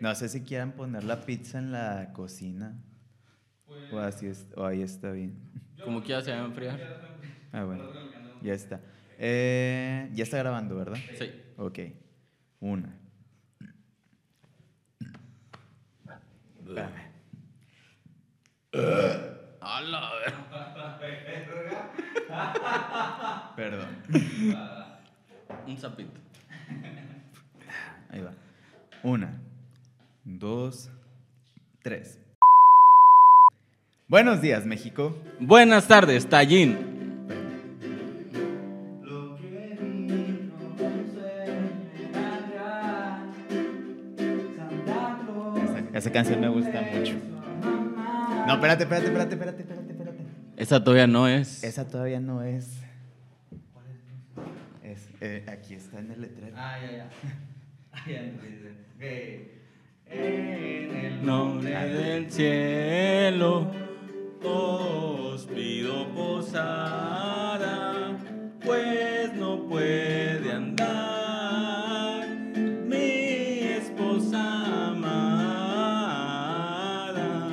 No sé si quieran poner la pizza en la cocina. O, así es- o ahí está bien. Como quiera se va a enfriar. Ah, bueno. Ya está. Eh, ya está grabando, ¿verdad? Sí. Ok. Una. Espérame. ¡Hala! Perdón. Un sapito. Ahí va. Una, dos, tres. Buenos días, México. Buenas tardes, Tallín. Lo que vi no se atrás. Santa Claus. Esa, esa canción me gusta mucho. No, espérate, espérate, espérate, espérate, espérate, espérate. Esa todavía no es. Esa todavía no es. es eh, aquí está en el letrero. Ah, ya, ya. Ah, ya entendí. Ok. En el Nombre Ah. del cielo, os pido posada, pues no puede andar mi esposa amada.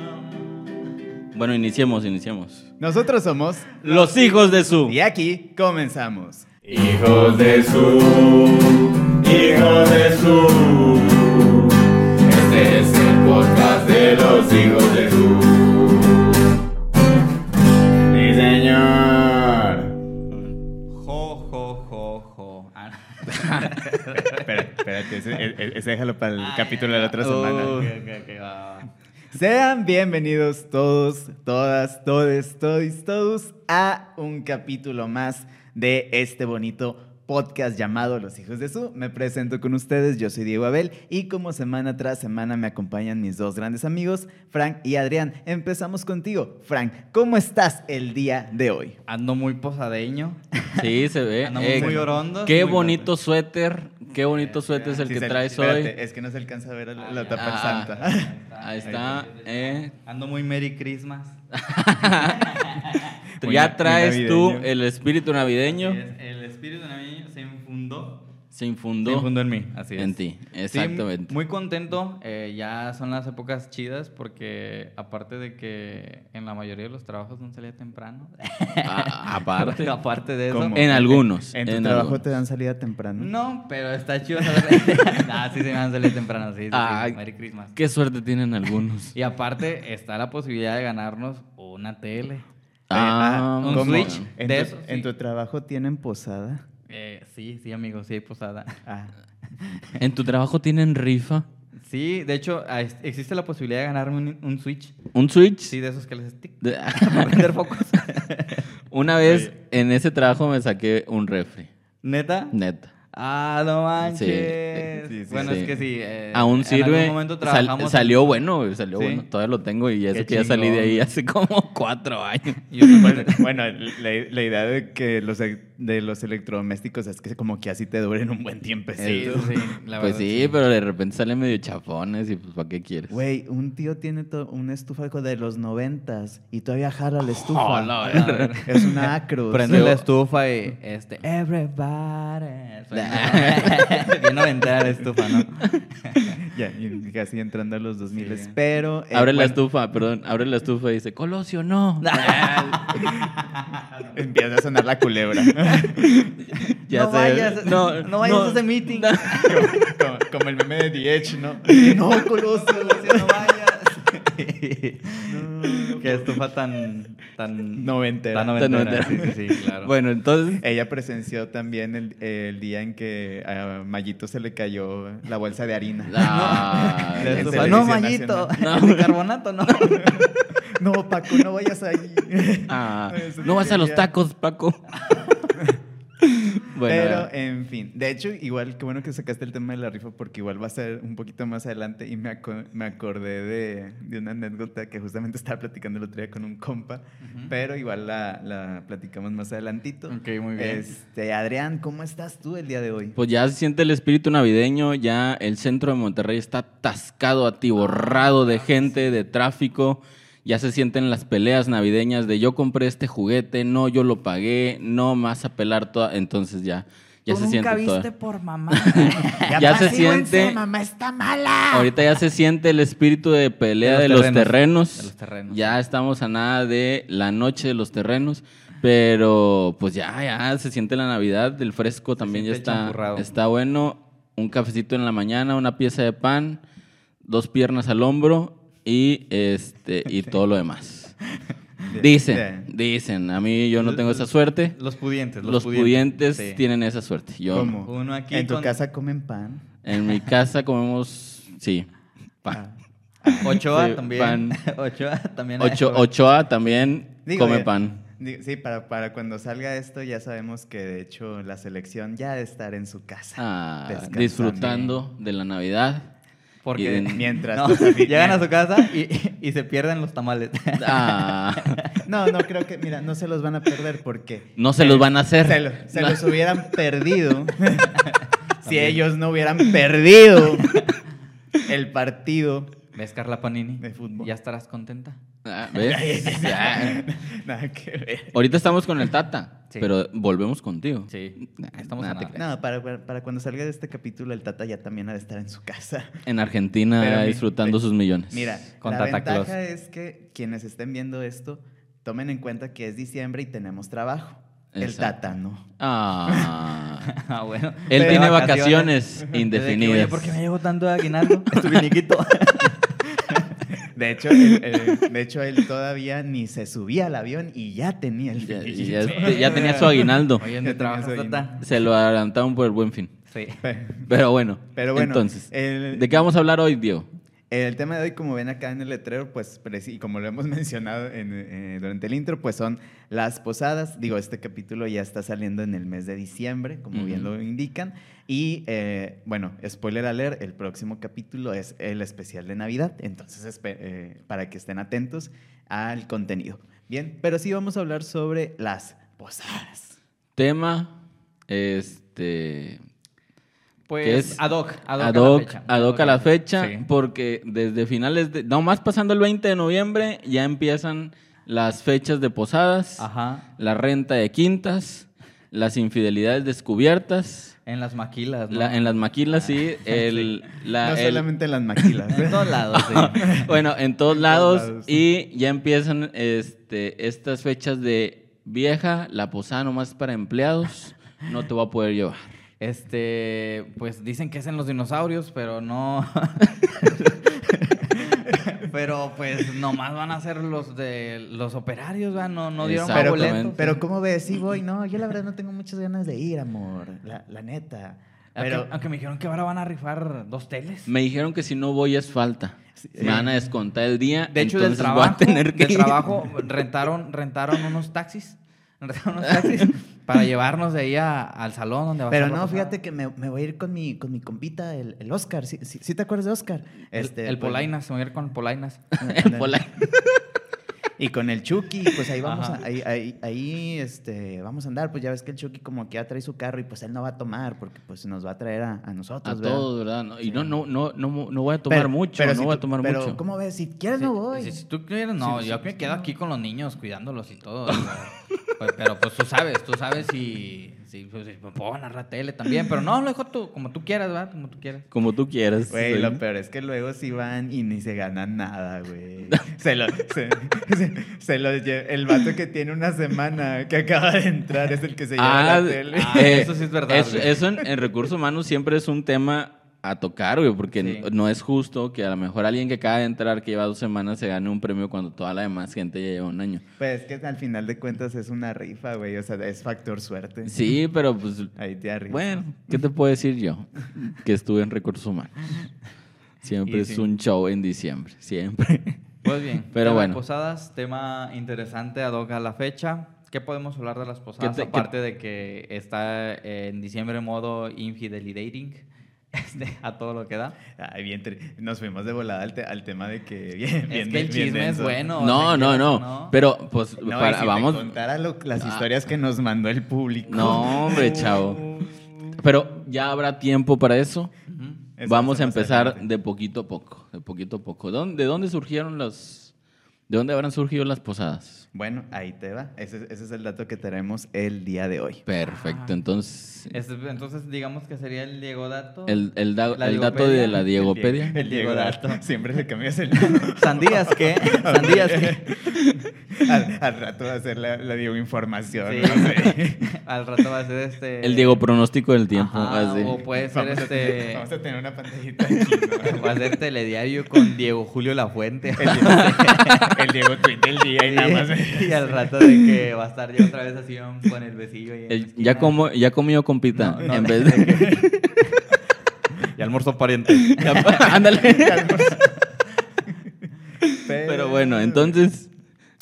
Bueno, iniciemos, iniciemos. Nosotros somos. Los hijos de su. Y aquí comenzamos. Hijos de su, hijos de su, este es el podcast de los hijos de su. Sí, señor. Jo, jo, jo, jo. Ah, no. Espérate, espérate, ese, e- e- ese déjalo para el Ah, capítulo ya, de la otra ya. semana. Ok, ok, ok, va, va, va. Sean bienvenidos todos, todas, todes, todos, todos a un capítulo más de este bonito podcast llamado Los Hijos de Su. Me presento con ustedes, yo soy Diego Abel y como semana tras semana me acompañan mis dos grandes amigos, Frank y Adrián. Empezamos contigo, Frank. ¿Cómo estás el día de hoy? Ando muy posadeño. Sí, se ve. eh, Andamos muy orondos, Qué muy bonito suéter, qué bonito suéter es el Sí, que se- traes espérate, hoy. Es que no se alcanza a ver la, la Ah, tapa ah, santa. Ahí está, eh. Ando muy Merry Christmas. Muy na- Ya muy traes tú navideño. el espíritu navideño. Así es, El espíritu navideño se infundó. Se Se infundó. infundó en mí, así es. En ti, Sí, exactamente. muy contento. eh, ya son las épocas chidas porque aparte de que en la mayoría de los trabajos no salía temprano. A- Ah, aparte. aparte de eso. ¿Cómo? En algunos. En tu en trabajo algunos. te dan salida temprano. No, pero está chido. saber- ah, sí se me han salido temprano, sí, sí, sí, Ay. Merry Christmas. Qué suerte tienen algunos. Y aparte está la posibilidad de ganarnos una tele. Ah, un ¿cómo? Switch. ¿En, De tu, eso, en sí. tu trabajo tienen posada? Eh, sí, sí, amigo, sí hay posada. Ah. En tu trabajo tienen rifa. Sí, de hecho, ah, es- existe la posibilidad de ganarme un, un Switch. ¿Un Switch? Sí, de esos que les stick. De- para prender focos. Una vez en ese trabajo me saqué un refri. ¿Neta? Neta. Ah, no manches. Sí, sí, bueno, sí. es que sí. eh, Aún En sirve. algún momento sal- trabajamos. en- salió bueno, güey, salió Sí. bueno. Todavía lo tengo y eso Qué que ya salí de chingón. ahí hace como cuatro años. y otro- Bueno, bueno, la, la idea de que los, e- de los electrodomésticos es que como que así te duren un buen Sí, tiempecito. sí, sí, la pues verdad, sí, pero de repente salen medio chafones y pues ¿para qué quieres? Güey, un tío tiene to- una estufa de los noventas y todavía jala la estufa. Hola, A ver, es una acro. Oh, Prende Luego- la estufa y este. Everybody. Suena- Bien noventera la estufa, ¿no? Ya, y casi entrando a los 2000. Sí. Pero... eh, abre la bueno, estufa, perdón, abre la estufa y dice, Colosio, no. Empieza a sonar la culebra. Ya no sé. vayas, No, no, vayas no. a ese meeting. como, como- como el meme de DH, ¿no? No, Colosio. no vayas. Qué estufa tan. tan Noventera. Tan noventera. Tan noventera. Sí, sí, sí, claro. Bueno, entonces, Ella presenció también el, el día en que a Mayito se le cayó la bolsa de harina. Ah, La La en estufa, no, televisión Mayito. Bicarbonato, no. No, Paco, no vayas ahí. ah, Eso no vas a los quería. tacos, Paco. bueno, Pero, eh, en fin. De hecho, igual, qué bueno que sacaste el tema de la rifa, porque igual va a ser un poquito más adelante. Y me, aco- me acordé de, de una anécdota que justamente estaba platicando el otro día con un compa. Pero igual la, la platicamos más adelantito. Ok, muy bien. Este, Adrián, ¿cómo estás tú el día de hoy? pues ya se siente el espíritu navideño, ya el centro de Monterrey está atascado, atiborrado Ah, de gente, de tráfico. Ya se sienten las peleas navideñas de yo compré este juguete, no, yo lo pagué, no más a pelar toda. Entonces ya, Ya Tú se siente nunca viste toda. por mamá. Pues, Ya se apacigüense, siente- Mamá está mala. Ahorita ya se siente el espíritu de pelea de De los, los terrenos. terrenos. De los terrenos. Ya estamos a nada de la noche de los terrenos. Pero pues ya, ya se siente la Navidad, el fresco también ya siente está, champurrado. está bueno. Un cafecito en la mañana, una pieza de pan, dos piernas al hombro y este y todo lo demás. Dicen, dicen, a mí yo no tengo esa suerte. Los pudientes. Los, pudientes, sí. tienen esa suerte. Yo no. ¿Cómo? Uno aquí en tu con- casa comen pan. En mi casa comemos, sí, Ah. pan. Ah, Ochoa Sí, también. pan. Ochoa también. Ocho- Ochoa. Ochoa también Digo, eh, come ya- pan. di- Sí, para, para cuando salga esto ya sabemos que de hecho la selección ya ha de estar en su casa. Ah, descansando. disfrutando de la Navidad. Y Porque de- Mientras no, los aficionados- llegan a su casa y, y se pierden los tamales. Ah, No, no creo que, mira, no se los van a perder porque no se los van a hacer. se, lo- se No. los hubieran perdido si ellos no hubieran perdido el partido ¿Ves, Carla Panini? de fútbol. Ya estarás contenta. Ah, ¿ves? Ah. Nada que ver. Ahorita estamos con el Tata, Sí. pero volvemos contigo. Sí, Nah, estamos nada a te nada. creas. No, para, para- para cuando salga de este capítulo, el Tata ya también ha de estar en su casa. En Argentina Pero mi- disfrutando sus millones. Mira, Con la Tata ventaja Claus. es que quienes estén viendo esto, tomen en cuenta que es diciembre y tenemos trabajo. El Exacto. Tata no. Ah. Ah, bueno. Él De tiene vacaciones, Desde que, indefinidas. Oye, ¿por qué me llegó tanto aguinaldo? Es tu viniquito. De hecho, él, él- de hecho, él todavía ni se subía al avión y ya tenía el Ya, finiquito. ya- ya tenía su aguinaldo. Oye, Ya ¿dónde tenía trabajas, su Tata? Se lo adelantaron por el buen fin. Sí. Pero bueno. Pero bueno, eh, Entonces, el- ¿de qué vamos a hablar hoy, Diego? El tema de hoy, como ven acá en el letrero, pues, preci- y como lo hemos mencionado en, eh, durante el intro, pues son las posadas. Digo, este capítulo ya está saliendo en el mes de diciembre, como bien Ujú. lo indican. Y, eh, bueno, spoiler alert, el próximo capítulo es el especial de Navidad. Entonces, espe- eh, para que estén atentos al contenido. Bien, pero sí vamos a hablar sobre las posadas. Tema, este, ¿Qué Pues es? ad hoc. Ad ad hoc, a la hoc, fecha. ad hoc a la fecha, Sí. porque desde finales de, nomás pasando el 20 de noviembre, ya empiezan las fechas de posadas, Ajá. la renta de quintas, las infidelidades descubiertas, En las maquilas, ¿no? la- en las maquilas, sí, el, la- no el- solamente en las maquilas. En todos lados, sí. bueno, en En todos todos lados, lados. y ya empiezan este, estas fechas de vieja, la posada nomás para empleados, no te va a poder llevar. Este, pues dicen que es en los dinosaurios, pero no. pero pues nomás van a ser los de los operarios, ¿verdad? No, no dieron Pero, Exactamente. boleto. pero ¿cómo ves? Sí voy, no, yo la verdad no tengo muchas ganas de ir, amor, la, la neta. Aunque- Pero aunque, me dijeron que ahora van a rifar dos teles. Me dijeron que si no voy es falta. Me van a descontar el día. De hecho, del entonces trabajo, voy a tener que del ir. trabajo rentaron, rentaron unos taxis. Rentaron unos taxis para llevarnos de ahí a- al salón donde va a Pero ser la no, posada. fíjate que me, me voy a ir con mi, con mi compita, el, el Oscar. ¿Sí, sí, sí te acuerdas de Oscar? El, pues, el Polainas, me voy a ir con Polainas. El pola- Y con el Chucky, pues ahí vamos a, Ajá. ahí, ahí, ahí, este, vamos a andar. Pues ya ves que el Chucky como que ya trae su carro y pues él no va a tomar porque pues nos va a traer a, a A nosotros. ¿verdad? todos, ¿verdad? No, Y Sí. no, no, no, no, mo- no voy a tomar Pero- mucho. pero no si voy a tú- tomar pero mucho. ¿Cómo ves? Si quieres Sí, no voy. Si, si tú quieres, no, Sí, yo sí, me sí, quedo no. aquí con los niños, cuidándolos y todo. o sea, pues, pero pues tú sabes, tú sabes si, si, pues, si me puedo narrar tele también, pero no, lo dejo tú, como tú quieras, ¿verdad? Como tú quieras. Como tú quieras. Güey, Soy- lo peor es que luego sí van y ni se ganan nada, güey. Se lo, se, se- se lo lle- el vato que tiene una semana que acaba de entrar es el que se lleva Ah, la tele. ah, eh, eso sí es verdad, Eso, güey. eso en, en recursos humanos siempre es un tema a tocar, güey, porque Sí. no- no es justo que a lo mejor alguien que acaba de entrar, que lleva dos semanas, se gane un premio cuando toda la demás gente ya lleva un año. Pues es que al final de cuentas es una rifa, güey. O sea, es factor suerte. Sí, pero pues. Ahí te arriba. Bueno, ¿qué te puedo decir yo? Que estuve en recursos humanos. Siempre Y es sí. un show en diciembre, siempre. Pues bien, Pero tema de bueno. Posadas, tema interesante ad hoc a la fecha. ¿Qué podemos hablar de las posadas? te- qué- Aparte de que está en diciembre modo infidelidating este, a todo lo que da. Ay, bien tri- Nos fuimos de volada al, te- al tema de que bien, es bien- que bien el chisme es denso. bueno. o No, sea, no, quieras no, o Pero, pues, No, y para- si te vamos. contara lo- las Ah. historias que nos mandó el público. No, hombre, chavo. Pero ya habrá tiempo para eso. Ujú. Eso vamos a más empezar adelante. de poquito a poco. De poquito a poco. ¿Dónde- ¿De dónde surgieron las, ¿De dónde habrán surgido las posadas? Bueno, ahí te va. Ese, ese es el dato que tenemos el día de hoy. Perfecto, Ah. entonces. Es- entonces, digamos que sería el Diego Dato. El, el da- La el dato de la Diegopedia. El Diego Dato. Siempre le cambias el Sandías, ¿qué? Sandías, ¿qué? al, al rato va a ser la, la Diego Información. Sí. no sé. Al rato va a ser este. El Diego pronóstico del tiempo. Ajá, así. o puede ser Vamos a- este. vamos a tener una pantallita aquí, ¿no? Va a ser telediario con Diego Julio Lafuente. El Diego, el Diego Tweet del día y nada más. Y al rato de que va a estar yo otra vez así um, con el besillo. ahí en la El- esquina. Eh, ya, como, ya comió compita. No, no, en vez de. Ya almorzó pariente. Ándale. Pero, Pero bueno, entonces.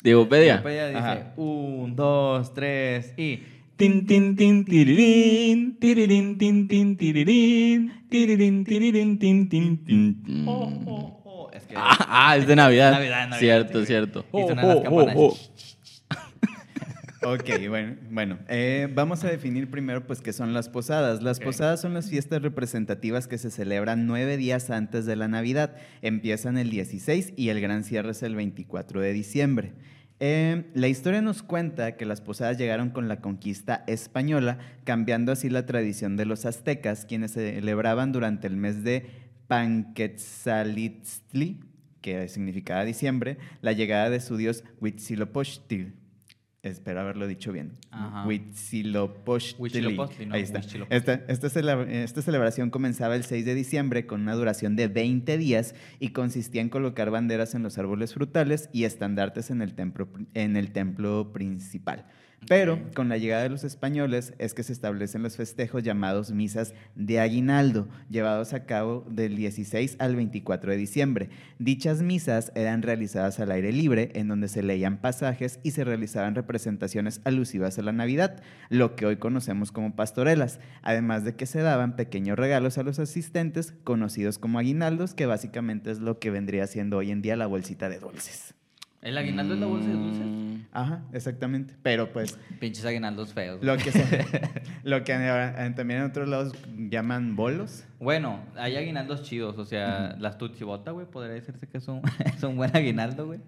Diegopedia. Wikipedia pues, dice: Ajá. un, dos, tres y. Tin, tin, tin, tirirín, tirirín, tin, tin, tirirín, tirirín, tirirín, tin, tin, tin, tin. Oh, oh, oh. Es que. Ah, ah, es de Navidad. Navidad, Navidad, Cierto, sí. cierto. Y suenan las campanas. Ok, bueno, bueno eh, vamos a definir primero pues qué son las posadas. Las Ok. posadas son las fiestas representativas que se celebran nueve días antes de la Navidad. Empiezan el 16 y el gran cierre es el 24 de diciembre. Eh, la historia nos cuenta que las posadas llegaron con la conquista española, cambiando así la tradición de los aztecas, quienes celebraban durante el mes de Panquetzalitztli, que significaba diciembre, la llegada de su dios Huitzilopochtli. Espero haberlo dicho bien. Ajá. Huitzilopochtli. Huitzilopochtli, no, Ahí está. Huitzilopochtli. Esta, esta cele- esta celebración comenzaba el 6 de diciembre con una duración de 20 días y consistía en colocar banderas en los árboles frutales y estandartes en el templo, pri- en el templo principal. Pero Ok. con la llegada de los españoles es que se establecen los festejos llamados misas de aguinaldo, llevados a cabo del 16 al 24 de diciembre. Dichas misas eran realizadas al aire libre, en donde se leían pasajes y se realizaban representaciones alusivas a la Navidad, lo que hoy conocemos como pastorelas, además de que se daban pequeños regalos a los asistentes, conocidos como aguinaldos, que básicamente es lo que vendría siendo hoy en día la bolsita de dulces. ¿El aguinaldo es la bolsa de dulces? Mm, Ajá, exactamente. Pero pues Pinches aguinaldos feos. Lo que, se- lo que en- en- también en otros lados llaman bolos. Bueno, hay aguinaldos chidos, o sea, las tuchibota, güey, podría decirse que es un, es un buen aguinaldo, güey.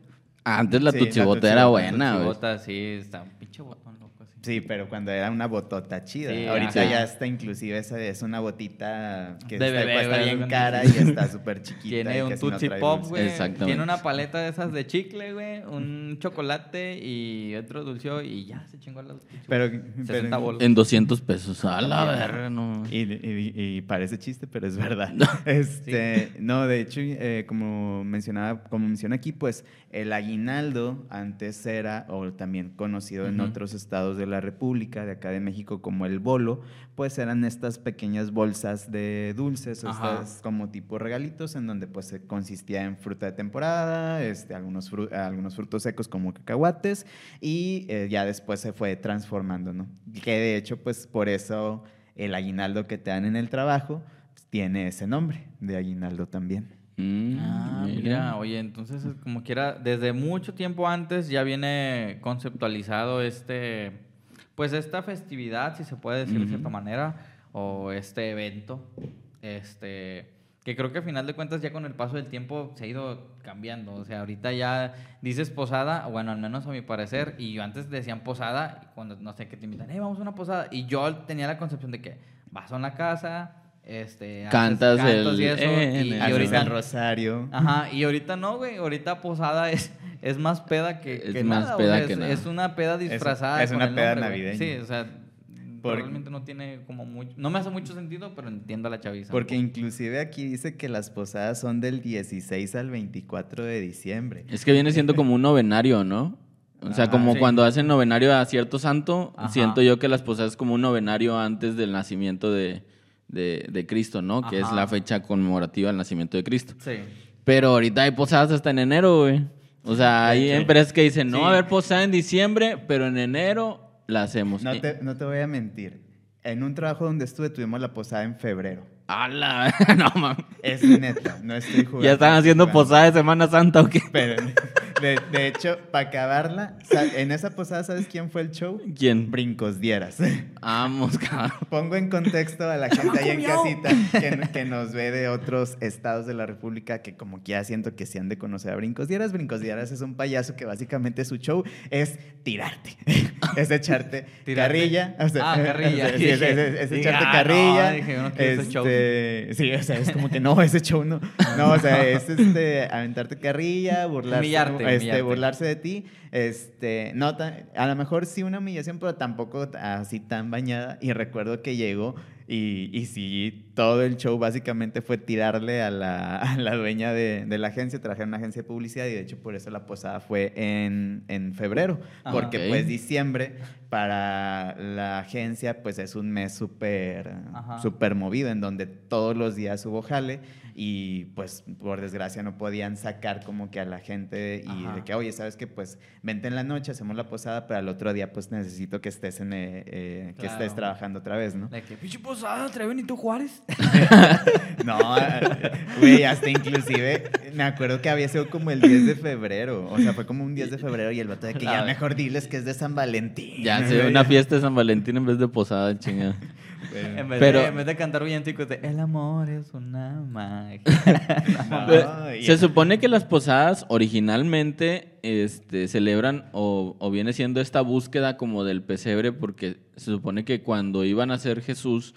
Antes la Sí, la tuchibota tuchibota, era la buena, güey. Tuchibota, sí, está un pinche botón loco así. Sí, pero cuando era una botota chida. Sí, Ahorita ajá. ya está, inclusive esa es una botita que De está, bebé, cuesta güey, bien cuando- cara y está súper chiquita. y Tiene un casi no Tutsi trae Pop, dulce. güey. Exactamente. Tiene una paleta de esas de chicle, güey. Un chocolate y otro dulceo y ya se chingó la Tuchibota. Pero, 60 bolos. En 200 pesos. A la verga, no. Y, y- y parece chiste, pero es verdad. Este, No, de hecho, eh, como mencionaba, como menciona aquí, pues el aguinaldo antes era, o también conocido en Ujú. otros estados de la República, de acá de México, como el bolo, pues eran estas pequeñas bolsas de dulces, o Ajá. estas como tipo regalitos, en donde pues eh, consistía en fruta de temporada, este, algunos, fru- algunos frutos secos como cacahuates, y eh, ya después se fue transformando, ¿no? Que de hecho, pues por eso el aguinaldo que te dan en el trabajo pues, tiene ese nombre de aguinaldo también. Mm, Ah, mira, oye, entonces es como quiera, desde mucho tiempo antes ya viene conceptualizado este, pues esta festividad, si se puede decir de Ujú. cierta manera, o este evento, este, que creo que a final de cuentas ya con el paso del tiempo se ha ido cambiando, o sea, ahorita ya dices posada, bueno, al menos a mi parecer, y yo antes decían posada, y cuando no sé qué te invitan, hey, vamos a una posada, y yo tenía la concepción de que vas a una casa, este, haces Cantas cantos y el- eso, eh, y, en y el- Haces ahorita Ah, el rosario. Ajá, y ahorita no, güey. Ahorita posada es, es más peda que, Es que más nada, peda o sea, que es, nada. es una peda disfrazada. es con una el peda nombre, güey. navideño. Sí, o sea, Por- realmente no tiene como mucho. No me hace mucho sentido, pero entiendo a la chaviza. Porque inclusive aquí dice que las posadas son del 16 al 24 de diciembre. Es que viene siendo como un novenario, ¿no? O sea, Ah, como sí. cuando hacen novenario a cierto santo, Ajá. siento yo que las posadas es como un novenario antes del nacimiento de, de- de Cristo, ¿no? Que es Ajá. la fecha conmemorativa del nacimiento de Cristo. Sí. Pero ahorita hay posadas hasta en enero, güey. O sea, hay empresas que dicen, no va a haber posada en diciembre, pero en enero la hacemos. No Y- te, no te voy a mentir. En un trabajo donde estuve tuvimos la posada en febrero. A la- no, mames. Es neta, no estoy jugando. ¿Ya están haciendo Jugando. posada de Semana Santa o qué? Pero, De, de hecho, para acabarla, sa- en esa posada, ¿sabes quién fue el show? ¿Quién? Brincos Dieras. Vamos, cabrón. Pongo en contexto a la gente ahí en casita que, que nos ve de otros estados de la República que como que ya siento que se han de conocer a Brincos Dieras. Brincos Dieras es un payaso que básicamente su show es tirarte, es echarte Tirarte. carrilla. o sea, Ah, carrilla. sí, es, es- es- es Dije, echarte ah, no, carrilla. dije, yo no quiero ese show. este, Sí, o sea, es como que no, ese show no. No, o sea, es este, aventarte carrilla, burlarse, Humillarte, este, humillarte. burlarse de ti. Este, no, tan- a lo mejor sí una humillación, pero tampoco así tan bañada. Y recuerdo que llegó y, y sí, todo el show básicamente fue tirarle a la, a la dueña de, de la agencia, trajeron una agencia de publicidad y de hecho por eso la posada fue en, en febrero, Ajá. porque Ok. pues diciembre para la agencia pues es un mes súper Ajá. súper movido en donde todos los días hubo jale y pues por desgracia no podían sacar como que a la gente y Ajá. de que oye sabes que pues vente en la noche hacemos la posada pero al otro día pues necesito que estés en eh, eh, que Claro. estés trabajando otra vez no De que, pinche posada, trae Benito Juárez. no eh, güey hasta inclusive me acuerdo que había sido como el 10 de febrero o sea fue como un 10 de febrero y el vato de que ya Ah. mejor diles que es de San Valentín Ya se ve una fiesta de San Valentín en vez de posada, chingada. Pero- En vez, Pero- de, en vez de cantar villancicos de El amor es una magia. No, Ah, Pues, y- Eh, Se supone que las posadas originalmente este, celebran o, o viene siendo esta búsqueda como del pesebre, porque se supone que cuando iban a ser Jesús,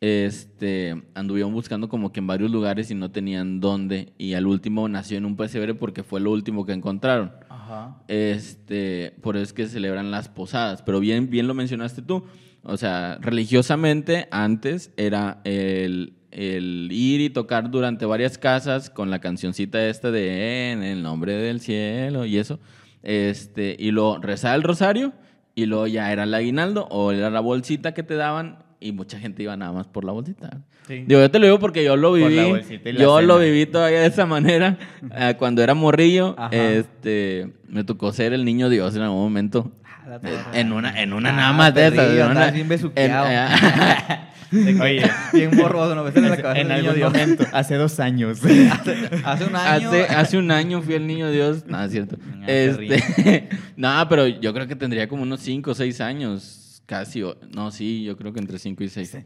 este, anduvieron buscando como que en varios lugares y no tenían dónde, y al último nació en un pesebre porque fue lo último que encontraron. Ajá. Este, por eso es que celebran las posadas, pero bien, bien lo mencionaste tú. O sea, religiosamente antes era el, el ir y tocar durante varias casas con la cancioncita esta de En el nombre del cielo y eso. Este, y lo rezaba el rosario y luego ya era el aguinaldo o era la bolsita que te daban y mucha gente iba nada más por la bolsita. Sí. Digo, yo te lo digo porque yo lo Por la viví. bolsita y la Yo lo cena. viví todavía de esa manera. Ah, cuando era morrillo, Ajá. este, me tocó ser el niño Dios en algún momento. Ah, la Eh, torre. En una, en una Ah, nada más de esas. perrillo, en eh, una- andabas bien besuqueado. De que- Oye. bien borroso, ¿no? Vete de la cabeza en del niño algún Dios. momento, hace dos años. Hace un año. hace, hace un año fui el niño Dios. No, es cierto. Ah, Este, no, pero yo creo que tendría como unos 5 o 6 años. Casi. o- No, sí, yo creo que entre 5 y 6.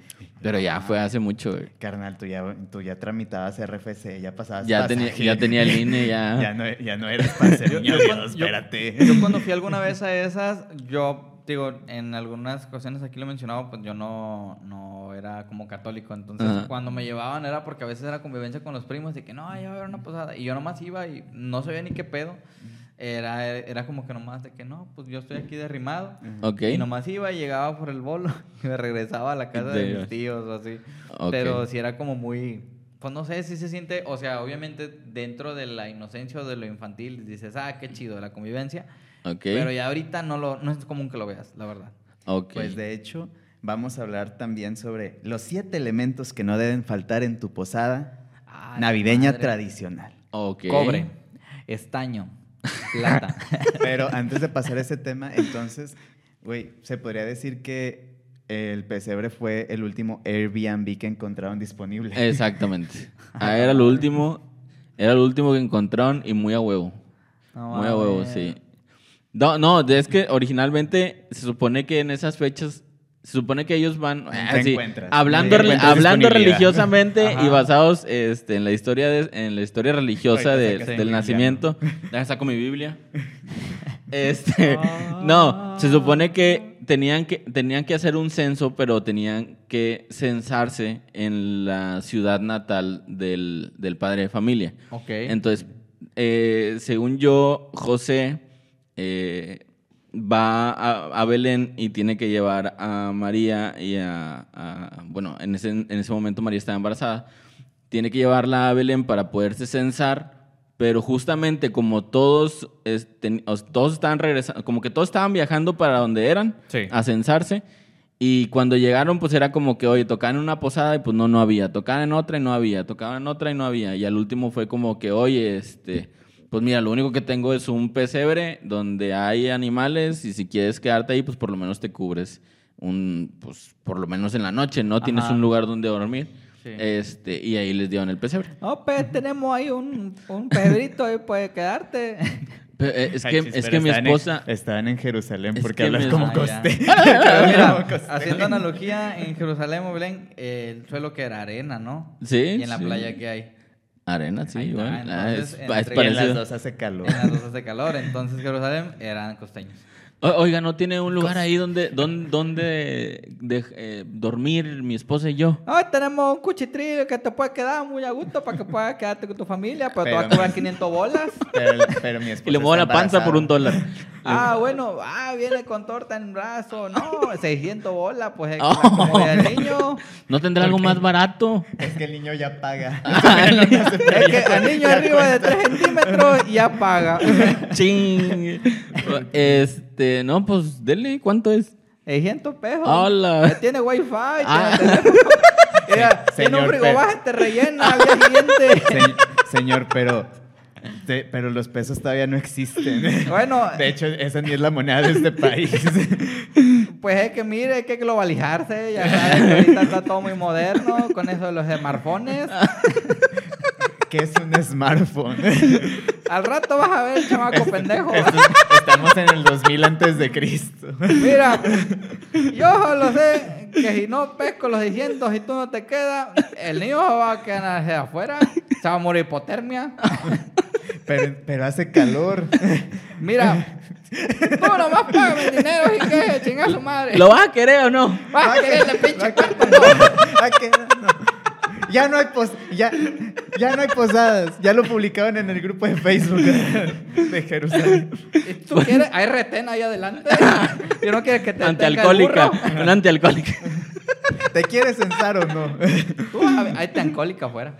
Pero ya fue hace mucho. güey. Carnal, tú ya, tú ya tramitabas RFC, ya pasabas Ya tenía, pasaje. ya tenía el INE, ya. Ya no, ya no eras para ser niño yo Dios, cuando- yo- espérate. Yo cuando fui alguna vez a esas, yo digo, en algunas ocasiones aquí lo he mencionado, pues yo no, no era como católico. Entonces, Ajá. cuando me llevaban era porque a veces era convivencia con los primos, de que no, ya va a haber una posada. Y yo nomás iba y no sabía ni qué pedo. Era, era como que nomás de que no, pues yo estoy aquí derrimado. Ok. Y nomás iba y llegaba por el bolo y me regresaba a la casa de, De- mis tíos o así. Ok. Pero si era como muy... Pues no sé, si se siente, o sea, obviamente dentro de la inocencia o de lo infantil dices, ah, qué chido la convivencia. Ok. Pero ya ahorita no lo no es común que lo veas, la verdad. ok. Pues de hecho, vamos a hablar también sobre los siete elementos que no deben faltar en tu posada Ah, la navideña madre. tradicional. Ok. Cobre, estaño, plata. Pero antes de pasar a ese tema, entonces, güey, se podría decir que el pesebre fue el último Airbnb que encontraron disponible. Exactamente. Ah, era lo último. Era lo último que encontraron y muy a huevo. No muy a huevo, mames. sí. No, no, es que originalmente se supone que en esas fechas. Se supone que ellos van. ah, sí, encuentras. hablando No te rel- encuentras hablando disponibilidad. religiosamente Ajá. y basados este, en la historia de- en la historia religiosa Ahorita de- sacas del mi Biblia, nacimiento. Déjame saco mi Biblia. Este, no, se supone que tenían que tenían que hacer un censo, pero tenían que censarse en la ciudad natal del, del padre de familia. Ok. Entonces, eh, según yo, José eh, va a, a Belén y tiene que llevar a María y a, a- bueno, en ese, en ese momento María estaba embarazada. Tiene que llevarla a Belén para poderse censar, pero justamente como todos, este, o- todos estaban regresando, como que todos estaban viajando para donde eran Sí. a censarse. Y cuando llegaron, pues era como que, oye, tocaban en una posada y pues no, no había. Tocaban en otra y no había. Tocaban en otra y no había. Y al último fue como que, oye, este, pues mira, lo único que tengo es un pesebre donde hay animales y si quieres quedarte ahí, pues por lo menos te cubres un, pues por lo menos en la noche, ¿no? Tienes Ajá. un lugar donde dormir. Sí. Oh, Este, y ahí les dieron el pesebre. No, pues tenemos ahí un, un pedrito ahí puede quedarte. Pero, eh, es Ay, que, chis, es pero que mi estaban en- esposa... estaban en Jerusalén Es porque que hablas mi- como Ah, ya. coste. Pero Hablas mira, como costeño. haciendo analogía, en Jerusalén o Belén, eh, el suelo que era arena, ¿no? Sí, Y en la sí. playa que hay. Arena, sí, Ahí está, igual. Ah, es, es entonces, entre- Y en las parecido. dos hace calor. En las rosas de calor, entonces Jerusalén eran costeños. O- Oiga, ¿no tiene un lugar ahí donde, donde, donde de- eh, dormir mi esposa y yo? Hoy tenemos un cuchitrillo que te puede quedar muy a gusto para que puedas quedarte con tu familia, pero, Pero te va a cobrar me- 500 bolas. Pero, pero mi Pues esposa Y le muevo está la panza por un embarazada. dólar. Ah, bueno, ah, viene con torta en brazo, no, 600 bolas, pues es Oh. el niño. ¿No tendrá algo más barato? Es que el niño ya paga. Es que el niño arriba de 3 centímetros ya paga. Ching. Este, no, pues dele, ¿cuánto es? 600 pesos. Hola. Tiene wifi, Ah. tiene teléfono. Mira, Se- tiene un señor frigobaje, te rellena al día siguiente. Se- señor, pero, te- pero los pesos todavía no existen. Bueno, De hecho, esa ni es la moneda de este país. Pues es que mire, hay que globalizarse, ya sabes, que ahorita está todo muy moderno con eso de los smartphones. ¿Qué es un smartphone? Al rato vas a ver, chamaco Este, pendejo. Es un- estamos en el 2000 antes de Cristo. Mira, yo solo sé que si no pesco los 600 y tú no te quedas, el niño se va a quedar hacia afuera, se va a morir hipotermia. Pero, pero hace calor. Mira, tú nomás págame el dinero y que chinga su madre. ¿Lo vas a querer o no? Vas a quererle Va pinche a que- cuarto, va a que- no. Ya no hay pos- ya, ya no hay posadas. Ya lo publicaron en el grupo de Facebook de Jerusalén. ¿Y ¿Tú quieres? Hay retén ahí adelante. Yo no quiero que te detenga el Antialcohólica. burro. Una antialcohólica. ¿Te quieres censar o no? Tú vas a ver, hay tancólica afuera.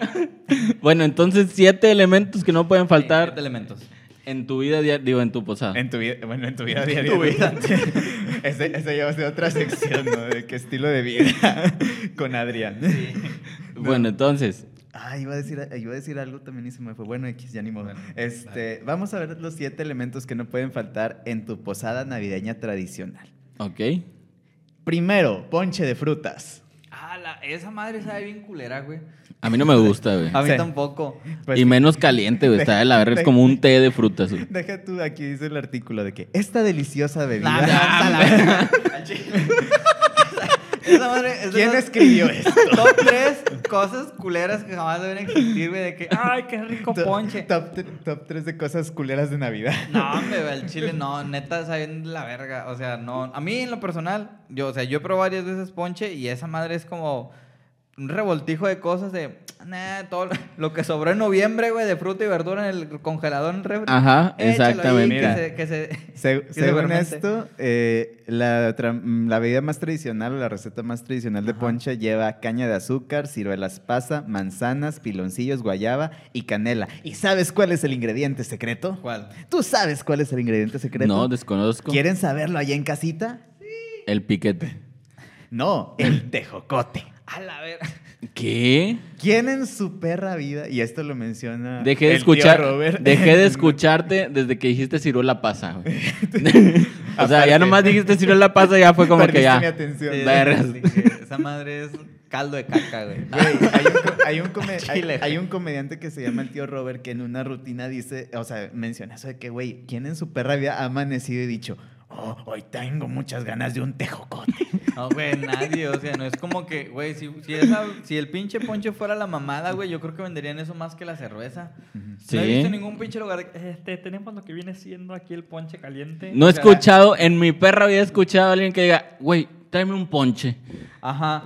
Bueno, entonces, siete elementos que no pueden Sí, faltar elementos. en tu vida diaria, digo, en tu posada. En tu vida, bueno, en tu vida diaria. Ese, ese ya va a ser otra sección, ¿no? De qué estilo de vida con Adrián. Bueno, entonces, Ah, iba a, decir, iba a decir algo también y se me fue. Bueno, X, ya ni modo. Este, Vamos a ver los siete elementos que no pueden faltar en tu posada navideña tradicional. ok. Primero, ponche de frutas. Ah, la- esa madre sabe bien culera, güey. A mí no me gusta, güey. A mí Sí. tampoco. Ah, Pues- y menos caliente, güey. Está de la verga. Es como un té de frutas, güey. Deja tú, aquí dice el artículo de que esta deliciosa bebida. Nah, nah, a la verga. Al chile. Esa madre es de ¿Quién esas escribió esto? Top tres cosas culeras que jamás deben existir, güey. De que, ay, qué rico ponche. Top, top, 3 de cosas culeras de Navidad. No, hombre, güey, el chile no, neta, saben la verga. O sea, no. A mí, en lo personal, yo, o sea, yo he probado varias veces ponche y esa madre es como un revoltijo de cosas de. Nah, todo lo- lo que sobró en noviembre, güey, de fruta y verdura en el congelador, en el refri. Ajá, échalo ahí, Ah, exactamente. Mira. que se, que se- Se- que se según fermente. esto, eh, la, tra- mm, la bebida más tradicional, o la receta más tradicional de ponche lleva caña de azúcar, ciruelas pasa, manzanas, piloncillos, guayaba y canela. ¿Y sabes cuál es el ingrediente secreto? ¿Cuál? ¿Tú sabes cuál es el ingrediente secreto? No, desconozco. ¿Quieren saberlo allá en casita? El piquete. No, el tejocote. A la ver. ¿Qué? ¿Quién en su perra vida? Y esto lo menciona. Dejé de Ah, el tío escuchar, Robert. dejé de escucharte desde que dijiste ciruela pasa, güey. o sea, Aparte. ya nomás dijiste ciruela pasa ya fue como Perdiste que ya. mi atención. Vergas. Esa madre es caldo de caca, güey. Güey, hay un, co- hay, un come- hay- Chile, hay güey. un comediante que se llama el tío Robert que en una rutina dice, o sea, menciona eso de que, güey, ¿quién en su perra vida ha amanecido y dicho, oh, hoy tengo muchas ganas de un tejocote? No, güey, nadie. O sea, no es como que, güey, si, si, esa- si el pinche ponche fuera la mamada, güey, yo creo que venderían eso más que la cerveza. Sí. No he visto ningún pinche lugar. de, Este, tenemos lo que viene siendo aquí el ponche caliente. No he O sea, escuchado, en mi perra había escuchado a alguien que diga, güey, tráeme un ponche. Ajá.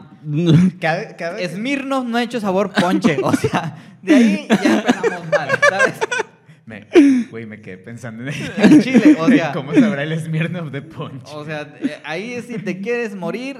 Cabe, cabe- Esmirnos no ha hecho sabor ponche. O sea, de ahí ya empezamos mal, ¿sabes? Me- Güey, me quedé pensando en En Chile, o sea. ¿Cómo sabrá el Smirnoff de Poncho? O sea, eh, ahí si te quieres morir,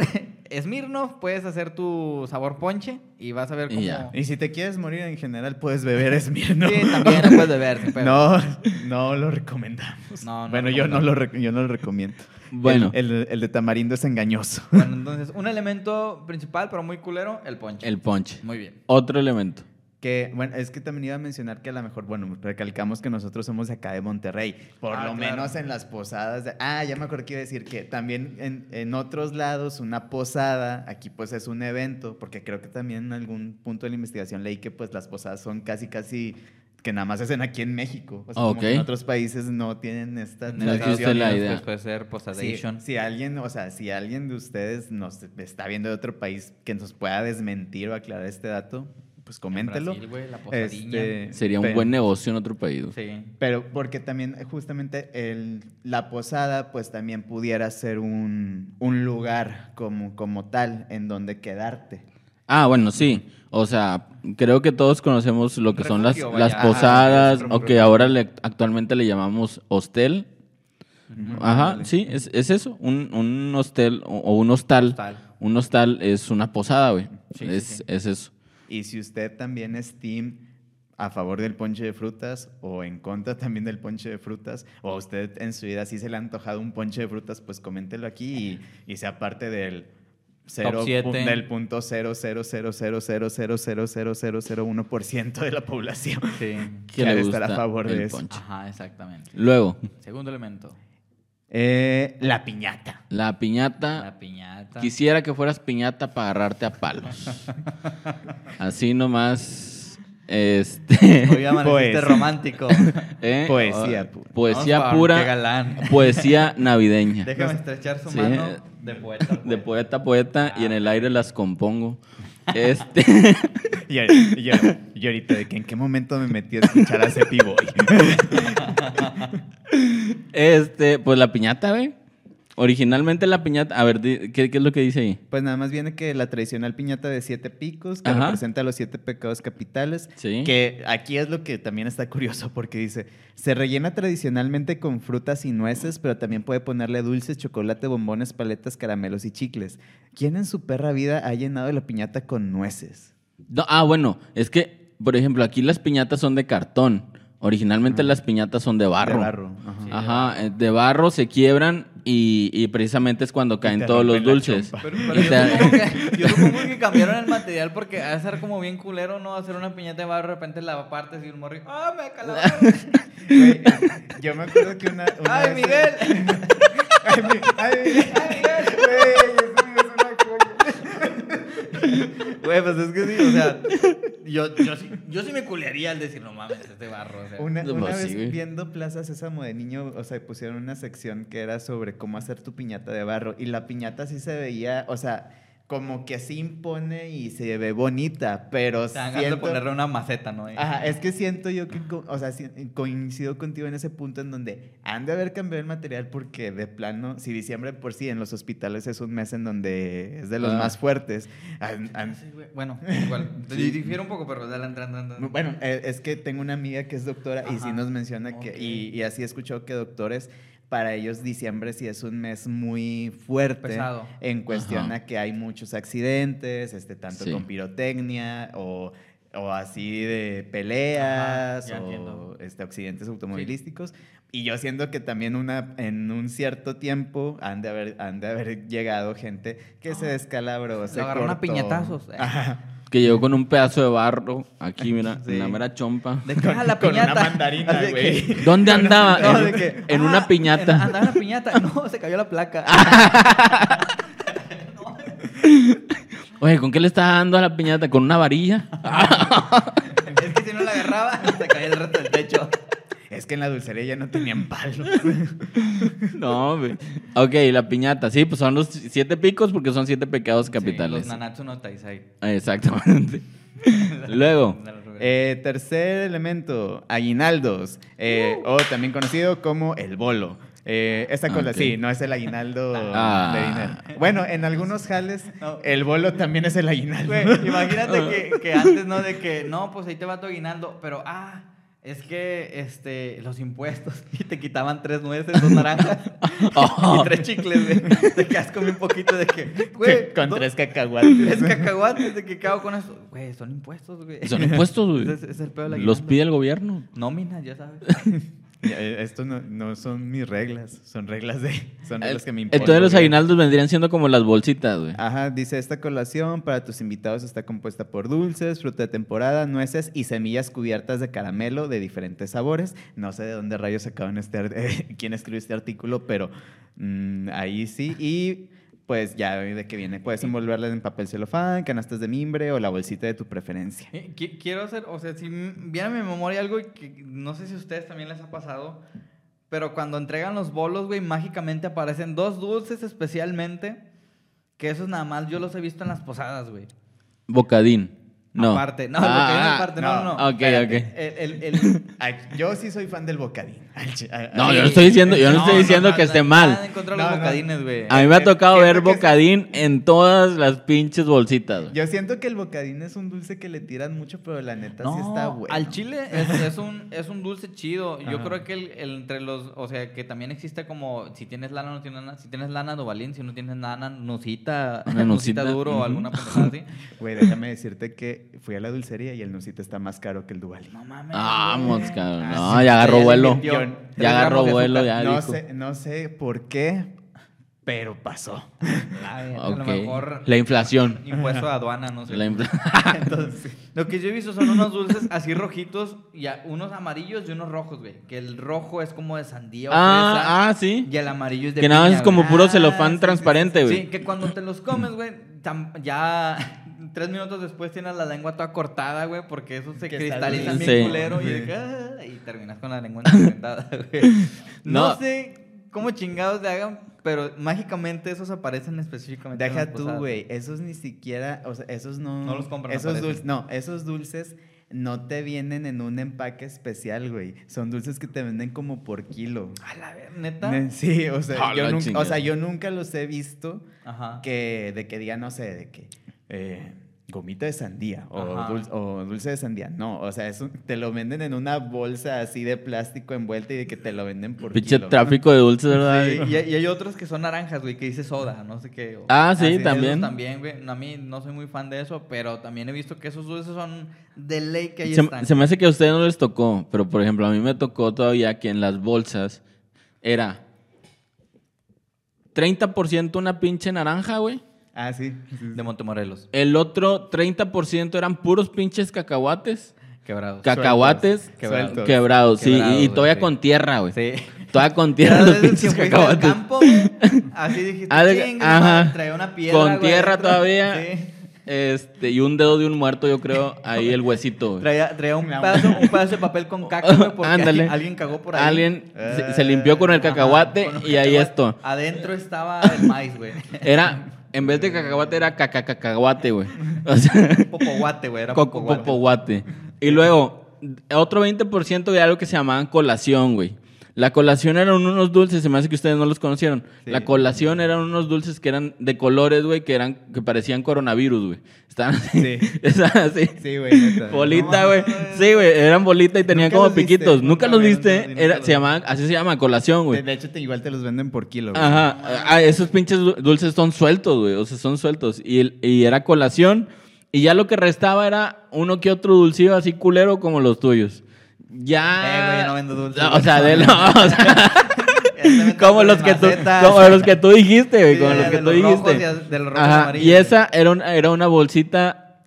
Smirnoff, puedes hacer tu sabor ponche y vas a ver Y cómo. ya. Y si te quieres morir en general, puedes beber Smirnoff. Sí, también lo puedes beber. sin pedo. No, no lo recomendamos. No, no bueno, yo no, recomendamos. lo rec- yo no lo recomiendo. Bueno. El, el- el de tamarindo es engañoso. Bueno, entonces, un elemento principal, pero muy culero, el ponche. El ponche. Muy bien. Otro elemento. Que, bueno, es que también iba a mencionar que a lo mejor, bueno, recalcamos que nosotros somos de acá de Monterrey. Por Ah, lo claro. menos en las posadas. de- ah, ya me acuerdo que iba a decir que también en, en otros lados una posada, aquí pues es un evento, porque creo que también en algún punto de la investigación leí que pues las posadas son casi, casi que nada más hacen aquí en México. O sea, como Ok. que en otros países no tienen esta No existe tradición. la Estados idea. Unidos, pues, puede ser Si, post-addiction. si alguien, o sea, si alguien de ustedes nos está viendo de otro país que nos pueda desmentir o aclarar este dato, pues coméntelo. Brasil, güey, la posadilla. Este, Sería un pero- buen negocio en otro país. güey. Sí. Pero porque también eh, justamente el, la posada pues también pudiera ser un, un lugar como, como tal en donde quedarte. Ah, bueno, sí. O sea, creo que todos conocemos lo que son las, Refugio, las vaya. Ajá, posadas, es un o que refugio. ahora le- actualmente le llamamos hostel. Ajá, Mm, Ándale. sí, es, es eso, un, un hostel o, o un hostal. Hostal. Un hostal es una posada, güey. Sí, sí, es, sí. es eso. Y si usted también es team a favor del ponche de frutas o en contra también del ponche de frutas, o a usted en su vida sí se le ha antojado un ponche de frutas, pues coméntelo aquí y, y sea parte del... Cero, siete. pu- del punto cero cero cero cero cero cero cero cero cero cero uno por ciento de la población. Sí. Que ha de estar a favor de eso. ponche. Ajá, exactamente. Luego, Segundo elemento. Eh, la piñata. la piñata. La piñata. Quisiera que fueras piñata para agarrarte a palos. Así nomás. Este. Hoy amaneciste Pues. romántico. ¿eh? Poesía pura. Poesía Vamos, Pablo, Qué pura. galán. Poesía navideña. Déjame estrechar su Sí. mano de poeta. pues. a De poeta. poeta a poeta y en el aire las compongo. Este. Y, y- y- y ahorita, de que en qué momento me metí a escuchar a Cepi Boy. Este, pues la piñata, güey. Originalmente la piñata. A ver, di- ¿qué, qué es lo que dice ahí? Pues nada más viene que la tradicional piñata de siete picos, que Ajá. representa los siete pecados capitales. Sí. Que aquí es lo que también está curioso, porque dice: se rellena tradicionalmente con frutas y nueces, pero también puede ponerle dulces, chocolate, bombones, paletas, caramelos y chicles. ¿Quién en su perra vida ha llenado la piñata con nueces? No, ah, bueno, es que, por ejemplo, aquí las piñatas son de cartón. Originalmente las piñatas son de barro. De barro. ajá. Ah, Sí. Ajá, eh, de barro se quiebran y, y precisamente es cuando caen te todos los rompen la dulces. chompa. Pero, Y pero yo, te- supongo que, yo supongo que cambiaron el material porque a ser como bien culero, ¿no? Hacer una piñata de barro, de repente la partes y un morrillo. ¡Ah, me calabaron! Güey, ah, Yo me acuerdo que una. una ¡Ay, vez- Miguel! ¡Ay, mi- ay, Miguel! ¡Ay, Miguel! Güey, pues es que sí, o sea, yo, yo, sí, yo sí me culearía al decir, no mames, este barro. O sea, Una, No, una pues, vez sí, güey. viendo Plaza Sésamo de niño, o sea, pusieron una sección que era sobre cómo hacer tu piñata de barro. Y la piñata sí se veía, o sea, como que así impone y se ve bonita, pero te dan ganas de siento... ponerle una maceta, ¿no? Ajá, es que siento yo que, co- o sea, si- coincido contigo en ese punto en donde han de haber cambiado el material porque de plano, si diciembre por sí en los hospitales es un mes en donde es de los Ah. más fuertes, han- han- Sí, Ah, güey. Bueno, igual. te Difiero un poco, pero dale, dale, dale, dale. Bueno, eh, es que tengo una amiga que es doctora y sí Ajá. nos menciona que, y, y así he escuchado que doctores, para ellos diciembre sí es un mes muy fuerte. Pesado. En cuestión Ajá. a que hay muchos accidentes, este, tanto Sí. con pirotecnia o, o así de peleas Ajá, ya o entiendo. este, accidentes automovilísticos. Y yo siento que también una, en un cierto tiempo han de haber, han de haber llegado gente que se descalabró, se agarraron a cortó. piñatazos, eh. Ajá. Que llegó con un pedazo de barro aquí, mira, Sí. en la mera chompa. ¿De qué era la Con una piñata? mandarina, Así de que- güey. ¿Dónde andaba? No, En- de que- en Ah, una en- piñata. Ah, Andaba en una piñata. No, se cayó la placa. Oye, ¿con qué le estás dando a la piñata? ¿Con una varilla? Es que si no la agarraba, se caía el resto del techo. Es que en la dulcería ya no tenían palos. No, güey. Ok, la piñata. Sí, pues son los siete picos porque son siete pecados capitales. Ah, Sí, los Nanatsu no Taizai. Exactamente. Luego, Eh, tercer elemento, aguinaldos, eh, Uh. o también conocido como el bolo. Eh, esta cosa, Ok. sí, no es el aguinaldo Ah. de dinero. Bueno, en algunos jales, No. el bolo también es el aguinaldo. Güey, imagínate que, que antes, ¿no? De que, no, pues ahí te va tu aguinaldo, pero ah, es que este, los impuestos y te quitaban tres nueces, dos naranjas Oh. y tres chicles, güey. Te quedas con un poquito de que, güey, Con dos- tres cacahuates. tres cacahuates, de que cago con eso. Güey, son impuestos, güey. son impuestos, güey. Es, es el pedo del Los aguinaldo. pide el gobierno. Nóminas, ya sabes. Ya, eh, Esto no, no son mis reglas, son reglas de, son reglas que me imponen. Ah. Eh, Entonces los aguinaldos vendrían siendo como las bolsitas, güey. Ajá, dice esta colación para tus invitados está compuesta por dulces, fruta de temporada, nueces y semillas cubiertas de caramelo de diferentes sabores. No sé de dónde rayos sacaron este, ar- eh, quién escribió este artículo, pero mm, ahí sí. Y pues ya de que viene, puedes envolverlas en papel celofán, canastas de mimbre o la bolsita de tu preferencia. Eh, qui- Quiero hacer, o sea, si m- viene a mi memoria algo y que no sé si a ustedes también les ha pasado, pero cuando entregan los bolos, güey, mágicamente aparecen dos dulces especialmente, que esos nada más yo los he visto en las posadas, güey. Bocadín. No. Aparte, no, Ah, lo que viene ah, aparte, no, no. no. no. Ok, Espérate. ok. El- el- el- Ay, yo sí soy fan del bocadín. Al chi- a- a- No, sí. yo no estoy diciendo, yo no, no, estoy diciendo no, que no, esté no, nada mal. Ah, en contra de No, los no. bocadines, güey. A mí me ha Eh, tocado siento ver que es- bocadín en todas las pinches bolsitas. güey. Yo siento que el bocadín es un dulce que le tiran mucho, pero la neta sí está bueno. Al chile es, es un, es un dulce chido. Yo Ajá. creo que el, el entre los. O sea, que también existe como. Si tienes lana, no tienes lana. Si tienes lana, Dovalín. Si no tienes lana, Nusita. Una Nusita, nucita, duro ujú. o alguna pendejada así. Güey, déjame decirte que fui a la dulcería y el nucita está más caro que el Duvalín. No mames. Vamos, cabrón. Ah, No, sí, ya agarró ya le vuelo. invirtió. Ya Tres agarró gramos de vuelo, azúcar. ya no, dijo. sé, no sé por qué, pero pasó. La verga, A lo Ok. mejor. La inflación. Impuesto de aduana, no sé. La infla- Entonces, Lo que yo he visto son unos dulces así rojitos, y a- unos amarillos y unos rojos, güey. Que el rojo es como de sandía o fresa, ah, ah, sí. y el amarillo es de Que nada más piña, es güey. como puro Ah, sí, celofán sí, transparente, güey. Sí, que cuando te los comes, güey, tam- ya tres minutos después tienes la lengua toda cortada, güey, porque eso se Que cristaliza sale- bien Sí. culero y, Sí. de que, ah, y terminas con la lengua ensangrentada, güey. No, No. sé cómo chingados le hagan, pero mágicamente esos aparecen específicamente. en las deja tú, posadas. güey. Esos ni siquiera, o sea, esos no. No los compran, Esos aparecen. dulces, no, esos dulces no te vienen en un empaque especial, güey. Son dulces que te venden como por kilo. A la ver, neta. Ne- Sí, o sea, A yo la nunca, o chingada. sea, yo nunca los he visto Ajá. que de que diga, no sé, de que eh, gomita de sandía o Ajá. dulce, o dulce de sandía. No, o sea, eso te lo venden en una bolsa así de plástico envuelta y de que te lo venden por Pinche kilo. tráfico de dulces, ¿verdad? Sí, y, y hay otros que son naranjas, güey, que dice soda, no sé qué. o- Ah, sí, Así es, Esos también. también, güey. No, A mí no soy muy fan de eso, pero también he visto que esos dulces son de ley que ahí Se, están. se me hace que a ustedes no les tocó, pero por ejemplo, a mí me tocó todavía que en las bolsas era 30% una pinche naranja, güey. Ah, sí. sí, sí. De Montemorelos, El otro 30% eran puros pinches cacahuates. quebrados. Cacahuates Sueltos. quebrados, sí. Quebrados, y, y güey, todavía sí. con tierra, güey. Sí. Todavía con tierra Cada los vez que pinches fuiste al cacahuates. campo, güey, así dijiste, Ah, de- "Chingue, ajá. madre, traía una piedra, con güey, tierra adentro". todavía. Sí. Este, y un dedo de un muerto, yo creo, ahí el huesito. güey. Traía, traía un, pedazo, un pedazo de papel con caca, güey, porque Ándale. alguien cagó por ahí. Alguien se, se Eh, limpió con el Ajá, cacahuate con un y ahí cacahuate. esto. Adentro estaba el maíz, güey. Era, en vez de cacahuate, era cacacacahuate, güey. O sea, Popoguate, güey, era coco- popoguate. popoguate. Y luego, otro 20% de algo que se llamaban colación, güey. La colación eran unos dulces, se me hace que ustedes no los conocieron. La colación eran unos dulces que eran de colores, güey, que eran, que parecían coronavirus, güey. Estaban así. Sí. Estaban así. Sí, güey. neta. Bolita, No, güey. mames. Sí, güey. Eran bolita y tenían Nunca como los viste, piquitos. nunca, Nunca los güey, viste. no, nunca Era, los se llamaban, así se llama colación, De, güey. de hecho, te, igual te los venden por kilo. güey. Ajá. Ah, esos pinches du- dulces son sueltos, güey. O sea, son sueltos. Y, el- y era colación. Y ya lo que restaba era uno que otro dulcillo así culero como los tuyos. Ya. Eh, güey, yo no vendo dulces, No, O güey. sea, de no, o sea, como los que tú, Macetas. como los que tú dijiste, güey. Sí, Como de- los que de tú los rojos dijiste. y de los rojos Ajá. amarillos. Y esa era una, era una bolsita,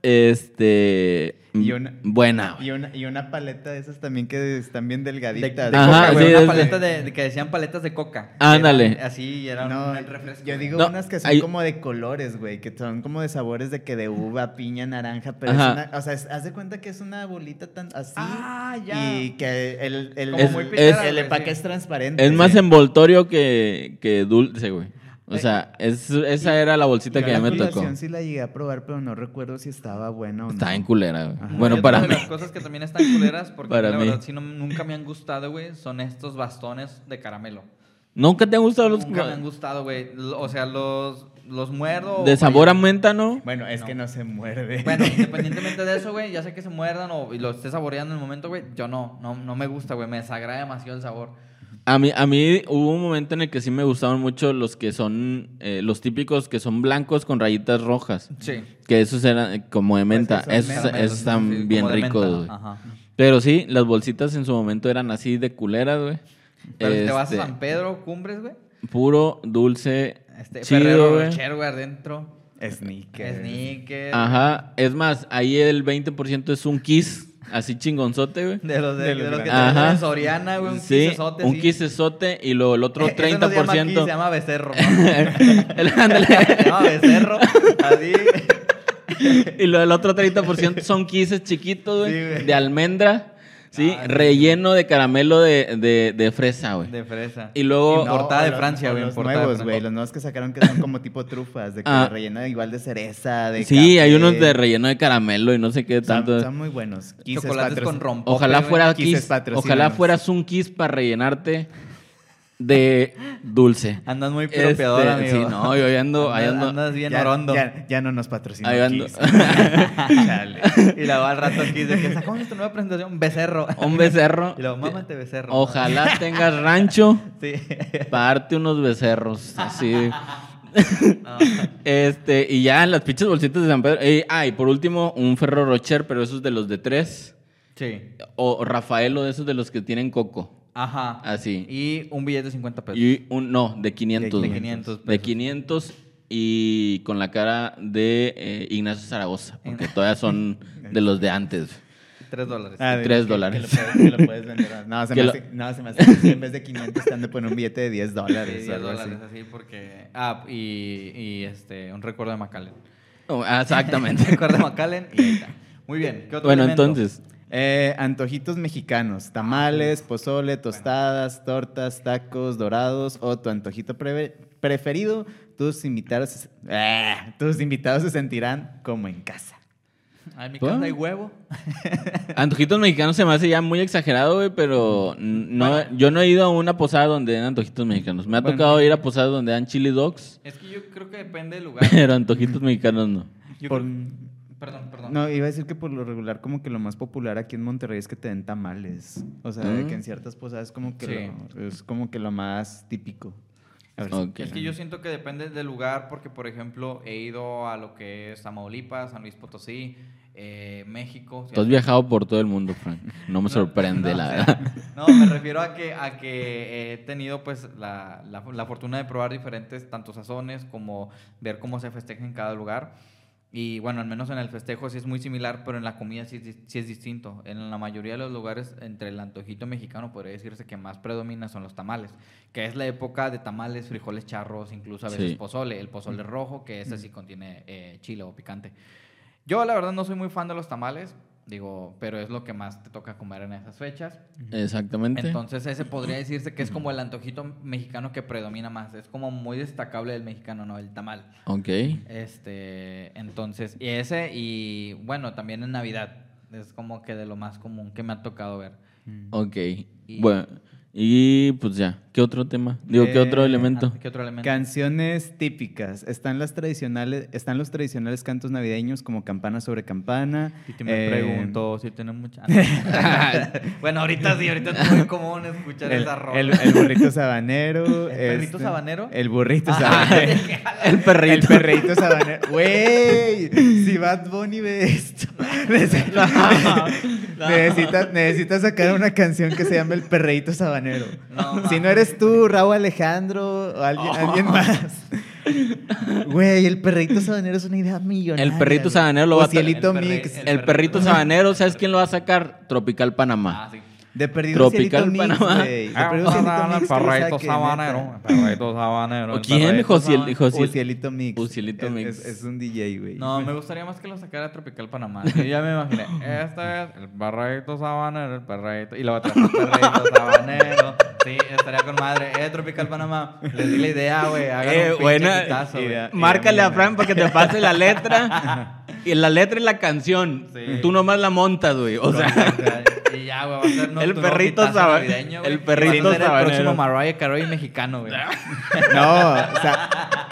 este, Y una- buena, güey. Y una, y una paleta de esas también que están bien De, delgaditas. de Ajá, coca, güey, sí, una es- paleta de, de que decían paletas de coca. Ándale. Eran Así, era No, un refresco. yo güey. digo No, unas que son hay- como de colores, güey, que son como de sabores de que de uva, piña, naranja, pero Ajá. es una, o sea, es- haz de cuenta que es una bolita tan así Ah, ya. y que el, el, Como el- muy el pitera, el güey, empaque sí. es transparente. Es más Sí. envoltorio que, que dulce, güey. O sea, es- esa era la bolsita Yo que la me colación tocó. sí la llegué a probar, pero no recuerdo si estaba buena o no. Está en culera, güey. Ajá. Bueno, Y otra para de mí. las cosas que también están culeras, porque Para la mí. verdad sí no- nunca me han gustado, güey, son estos bastones de caramelo. ¿Nunca te han gustado los Nunca me han gustado, güey. L- O sea, los, los muerdo. o- de sabor a menta, no? Bueno, es No. que no se muerde. Bueno, independientemente de eso, güey, ya sé que se muerdan o y lo esté saboreando en el momento, güey. Yo no, no, no me gusta, güey. Me desagrada demasiado el sabor. A mí, a mí hubo un momento en el que sí me gustaban mucho los que son eh, los típicos que son blancos con rayitas rojas. Sí. Que esos eran eh, como de Pues menta. son esos, menta, esos están bien ricos, güey. Ajá. Pero sí, las bolsitas en su momento eran así de culeras, güey. Pero si te vas a Este, San Pedro, Cumbres, güey. Puro, dulce, Este, chido, Ferrero güey. Rocher, güey, adentro. Sneakers. Snickers. Ajá, es más, ahí el 20% es un kiss así chingonzote, güey. De los, de, De los de los que grandes. te Ajá. de Soriana, güey, un Sí, quisesote. un sí. quisesote y luego el otro Eh, ese no se llama quise, Se 30%. llama becerro. ¿no? El- ándale. Se llama becerro. Así. y luego el otro 30% son quises chiquitos, güey, Sí, güey. de almendra, ¿sí? Ah, sí. Relleno de caramelo de, de- de fresa, güey. De fresa. Y luego... No. Importada de o Francia, o güey, Los importada de nuevos, Francia. güey. Los nuevos que sacaron que son como tipo trufas, de que Ah. rellena igual de cereza, de sí, hay café. unos de relleno de caramelo y no sé qué Son- tanto. Son, muy buenos. Quises Chocolates patrocin- con rompope. Ojalá güey. fuera Kisses, Kiss- patrocínanos. ojalá fueras un kiss para rellenarte de dulce. Andas muy Este, piropeador, amigo. Sí, no, yo ahí ando, ahí ando. Andas, andas bien Ya, orondo. ya, ya no nos patrocinan. Ahí ando. Chale. Y la va al rato aquí de que sacamos tu nueva presentación, becerro. Un becerro. Y luego, mámate becerro. Ojalá tengas rancho Sí. para darte unos becerros. Así. No. Este, y ya las pinches bolsitas de San Pedro. Eh, ah, y por último, un Ferrero Rocher, pero esos de los de tres. Sí. O Rafaelo, de esos de los que tienen coco. Ajá. Así. Y un billete de 50 pesos. Y un, no, de 500. De güey. 500 pesos. De 500 y con la cara de eh, Ignacio Zaragoza, porque todavía son de los de antes. 3 dólares. Ah, de- Tres que- que dólares. lo puedes- que lo puedes vender. No, se me Que lo- hace- no, se me hace que sí, en vez de 500 te han de poner un billete de 10 dólares. Sí, o 10 algo así. dólares, así, porque... Ah, y, y este, un recuerdo de Macallen. No, ah, Un exactamente. recuerdo de Macallen y ahí está. Muy bien, ¿qué otro bueno, elemento? entonces, Eh, antojitos mexicanos, tamales, Ah, pozole, tostadas, tortas, tacos, dorados o tu antojito preve- preferido, tus invitados, ah, tus invitados se sentirán como en casa. Ah, En mi ¿Puedo? casa hay huevo. antojitos mexicanos se me hace ya muy exagerado, güey, pero n- no, Bueno. yo no he ido a una posada donde den antojitos mexicanos. Me ha Bueno. tocado ir a posadas donde dan chili dogs, Es que yo creo que depende del lugar. pero antojitos mexicanos no. Yo Por- creo- Perdón, perdón. No, iba a decir que por lo regular como que lo más popular aquí en Monterrey es que te den tamales, o sea, de que en ciertas posadas como que Sí. lo- es como que lo más típico. A ver si- Ok. Es que yo siento que depende del lugar, porque por ejemplo he ido a lo que es Tamaulipas, San Luis Potosí, eh, México. Tú has viajado por todo el mundo, Frank. No me sorprende, no, la o sea, verdad. No, me refiero a que, a que he tenido pues la, la- la fortuna de probar diferentes tanto sazones como ver cómo se festeja en cada lugar. Y bueno, al menos en el festejo sí es muy similar, pero en la comida sí, es di- sí es distinto. En la mayoría de los lugares, entre el antojito mexicano, podría decirse que más predomina son los tamales, que es la época de tamales, frijoles charros, incluso a veces Sí. pozole. El pozole rojo, que ese sí contiene eh, chile o picante. Yo la verdad no soy muy fan de los tamales, digo, pero es lo que más te toca comer en esas fechas. Exactamente. Entonces ese podría decirse que es como el antojito mexicano que predomina más. Es como muy destacable del mexicano, ¿no? El tamal. Ok. Este, entonces, y ese y bueno, también en Navidad. Es como que de lo más común que me ha tocado ver. Ok. Bueno, y pues ya. ¿Qué otro tema? Digo, ¿qué otro Eh, elemento? Ah, ¿Qué otro elemento? Canciones típicas. Están las tradicionales, están los tradicionales cantos navideños como campana sobre campana. Titi me Eh, preguntó si tiene mucha... bueno, ahorita sí, ahorita es muy común escuchar eh, El, esa rola. el- el burrito sabanero. este, ¿El perrito sabanero? El burrito Ah, sabanero. El El perrito. perrito sabanero. Güey, si Bad Bunny ve esto, nece- necesita, necesita sacar una canción que se llame El perrito sabanero. No, si no eres tú, Raúl Alejandro o alguien, Oh. alguien más. Güey, el perrito sabanero es una idea millonaria. El perrito güey. sabanero lo O va a- Cielito El perri- Mix. El perrito sabanero, ¿sabes quién lo va a sacar? Tropical Panamá. Ah, sí. De perdido Tropical Cielito Mix, Panamá. güey. De Ah, perdido Cielito ah, Mix el que lo perrito saquen, sabanero. neta. el perrito sabanero. ¿O el quién? perrito Josiel, sabanero. O Josiel- Cielito Mix. O Cielito Es- Mix. Es, es un DJ, güey. No, me gustaría más que lo sacara Tropical Panamá. Yo ya me imaginé. Este es el perrito sabanero, el perrito. Y luego otra, el perrito sabanero. Sí, estaría con madre. Eh, Tropical Panamá. Les di la idea, güey. Hagan Eh, un buena buena hitazo, güey. idea. Márcale a mira. Fran para que te pase la letra. Y la letra y la canción. Sí. Tú nomás la montas, güey. O sea, Y ya, güey, va a ser no- El tu nuevo perrito hitazo saba- navideño, güey. el perrito Va a ser sabanero. El próximo Mariah Carey mexicano, güey. No, o sea,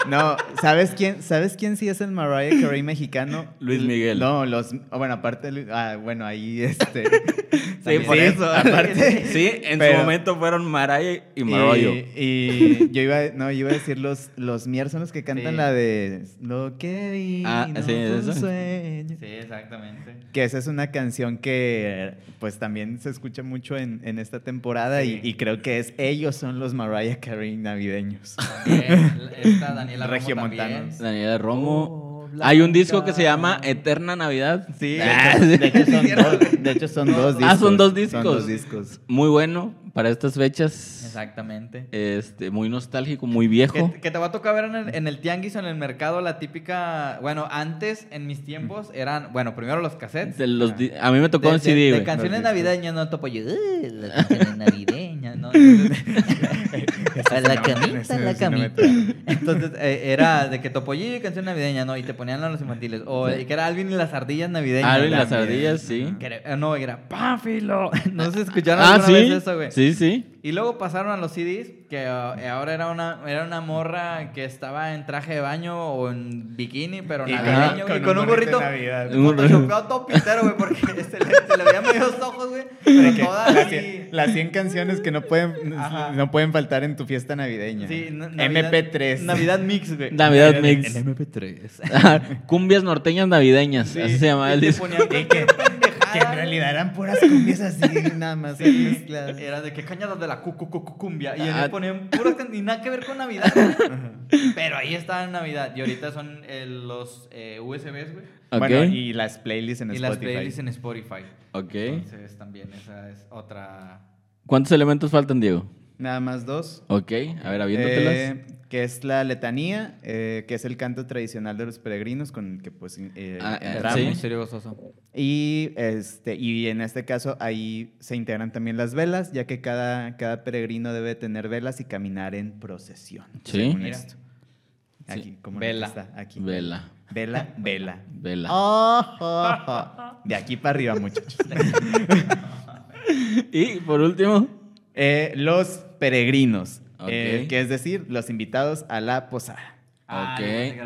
no, ¿sabes quién, ¿sabes quién sí es el Mariah Carey mexicano? Luis Miguel. No, los, oh, bueno, aparte, Lu- ah, bueno, ahí este. sí, también- por eso. Aparte, sí, en pero- su momento fueron Maraya y Y, Marollo. y yo iba, no, yo iba a decir los, los Mier son los que cantan Sí. la de Lo que vi Ah, no sí, fue un eso. sueño. Sí, exactamente. Que esa es una canción que pues también se escucha mucho en, en esta temporada Sí. y, y creo que es ellos son los Mariah Carey navideños. También, esta Daniela Romo también. Regiomontanos. Daniela Romo. blanca. Hay un disco que se llama Eterna Navidad. Sí, Ah, de, sí. hecho, de hecho son dos, de hecho son dos discos. Ah, son dos Son discos. dos discos. Muy bueno para estas fechas. Exactamente. Este, muy nostálgico, muy viejo. Que, que te va a tocar ver en el, en el tianguis o en el mercado la típica. Bueno, antes, en mis tiempos, eran. Bueno, primero los cassettes. De los di- a mí me tocó de, en de- de CD, güey. canciones Los discos. navideñas no topo yo. "Uy, Las canciones navideñas, ¿no? Entonces, a la camita, a la camita. Entonces, eh, era de que topo yo y canción navideña, ¿no? Y te ponían a los infantiles. O eh, que era Alvin y las ardillas navideñas. Alvin y las también. ardillas, sí. Que era- no, era Páfilo. No se escucharon Ah, alguna sí. vez eso, güey. Sí, sí. Y luego pasaron a los CDs, que ah, ahora era una, era una morra que estaba en traje de baño o en bikini, pero Y navideño, güey, con, un gorrito. de Navidad. Un gorrito. photoshopeado todo pintero, güey, porque se le, se le veían medios ojos, güey. Pero Que todas las, así. cien- las 100 canciones que no pueden, Ajá. no pueden faltar en tu fiesta navideña. Sí, na- Navidad- MP3. Navidad Mix, güey. Navidad Mix. MP3. Cumbias norteñas navideñas. Así se llamaba el Y te disco. ponían Y cualquier pendejada, Que en güey. realidad eran puras cumbias así, nada más. Sí, mezcladas. era de que cañadas de la cu- cu- cu- cu- cumbia. Y en Ah. él ponían puras can- y nada que ver con Navidad. Pero ahí estaba en Navidad. Y ahorita son eh, los eh, USBs, güey. Ok. Bueno, y las playlists en y las Spotify. playlists en Spotify. Ok. Entonces también esa es otra. ¿Cuántos elementos faltan, Diego? Nada más dos. Ok, a ver, aviéntatelas. Eh, que es la letanía, eh, que es el canto tradicional de los peregrinos con el que pues in- eh, Ah, eh, entramos. sí. Misterio gozoso. Y, este, y en este caso ahí se integran también las velas, ya que cada, cada peregrino debe tener velas y caminar en procesión. Sí. según Mira. esto. Aquí, Sí. como Vela. Está, aquí. Vela, Vela, vela. vela. Ah. Oh, oh, oh. De aquí para arriba, muchachos. Y por último, Eh, los peregrinos, Ok. eh, que es decir, los invitados a la posada. Ah, Ok.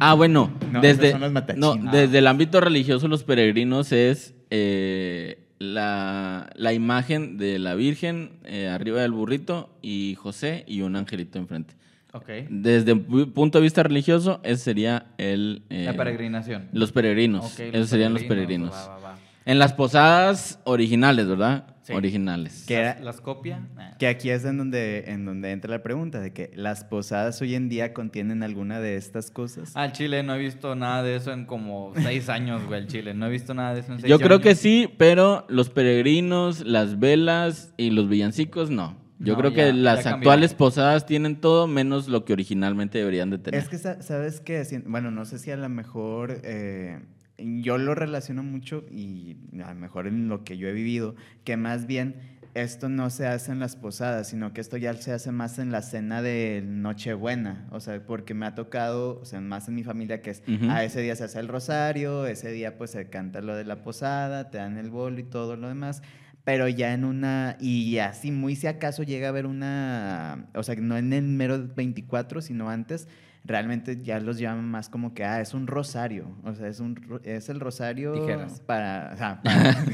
ah, bueno, No, esos desde, son los matachines. no, Ah. desde el ámbito religioso, los peregrinos es eh, la, la imagen de la Virgen eh, arriba del burrito y José y un angelito enfrente. Ok. Desde un pu- punto de vista religioso, ese sería el. eh, La peregrinación. Los peregrinos. Ok, Esos serían los peregrinos. va, va, va. En las posadas originales, ¿verdad? Sí. Originales. Que era- ¿Las, las copia? Nah. Que aquí es en donde, en donde entra la pregunta de que las posadas hoy en día contienen alguna de estas cosas. Al Ah, Chile no he visto nada de eso en como seis años, güey, al Chile. No he visto nada de eso en seis Yo creo que años. sí, pero los peregrinos, las velas y los villancicos, no. Yo No, creo ya- que ya las cambió. actuales posadas tienen todo menos lo que originalmente deberían de tener. Es que, sa- ¿sabes qué? Si- Bueno, no sé si a lo mejor eh, yo lo relaciono mucho y a lo mejor en lo que yo he vivido, que más bien esto no se hace en las posadas, sino que esto ya se hace más en la cena de Nochebuena, o sea, porque me ha tocado, o sea, más en mi familia que es, Ujú. a ese día se hace el rosario, ese día pues se canta lo de la posada, te dan el bolo y todo lo demás. Pero ya en una, y así muy si acaso llega a haber una, o sea, no en el mero 24, sino antes, realmente ya los llaman más como que, ah, es un rosario. O sea, es, un, ro- es el rosario Tijeras. Ah, para... o sea, para-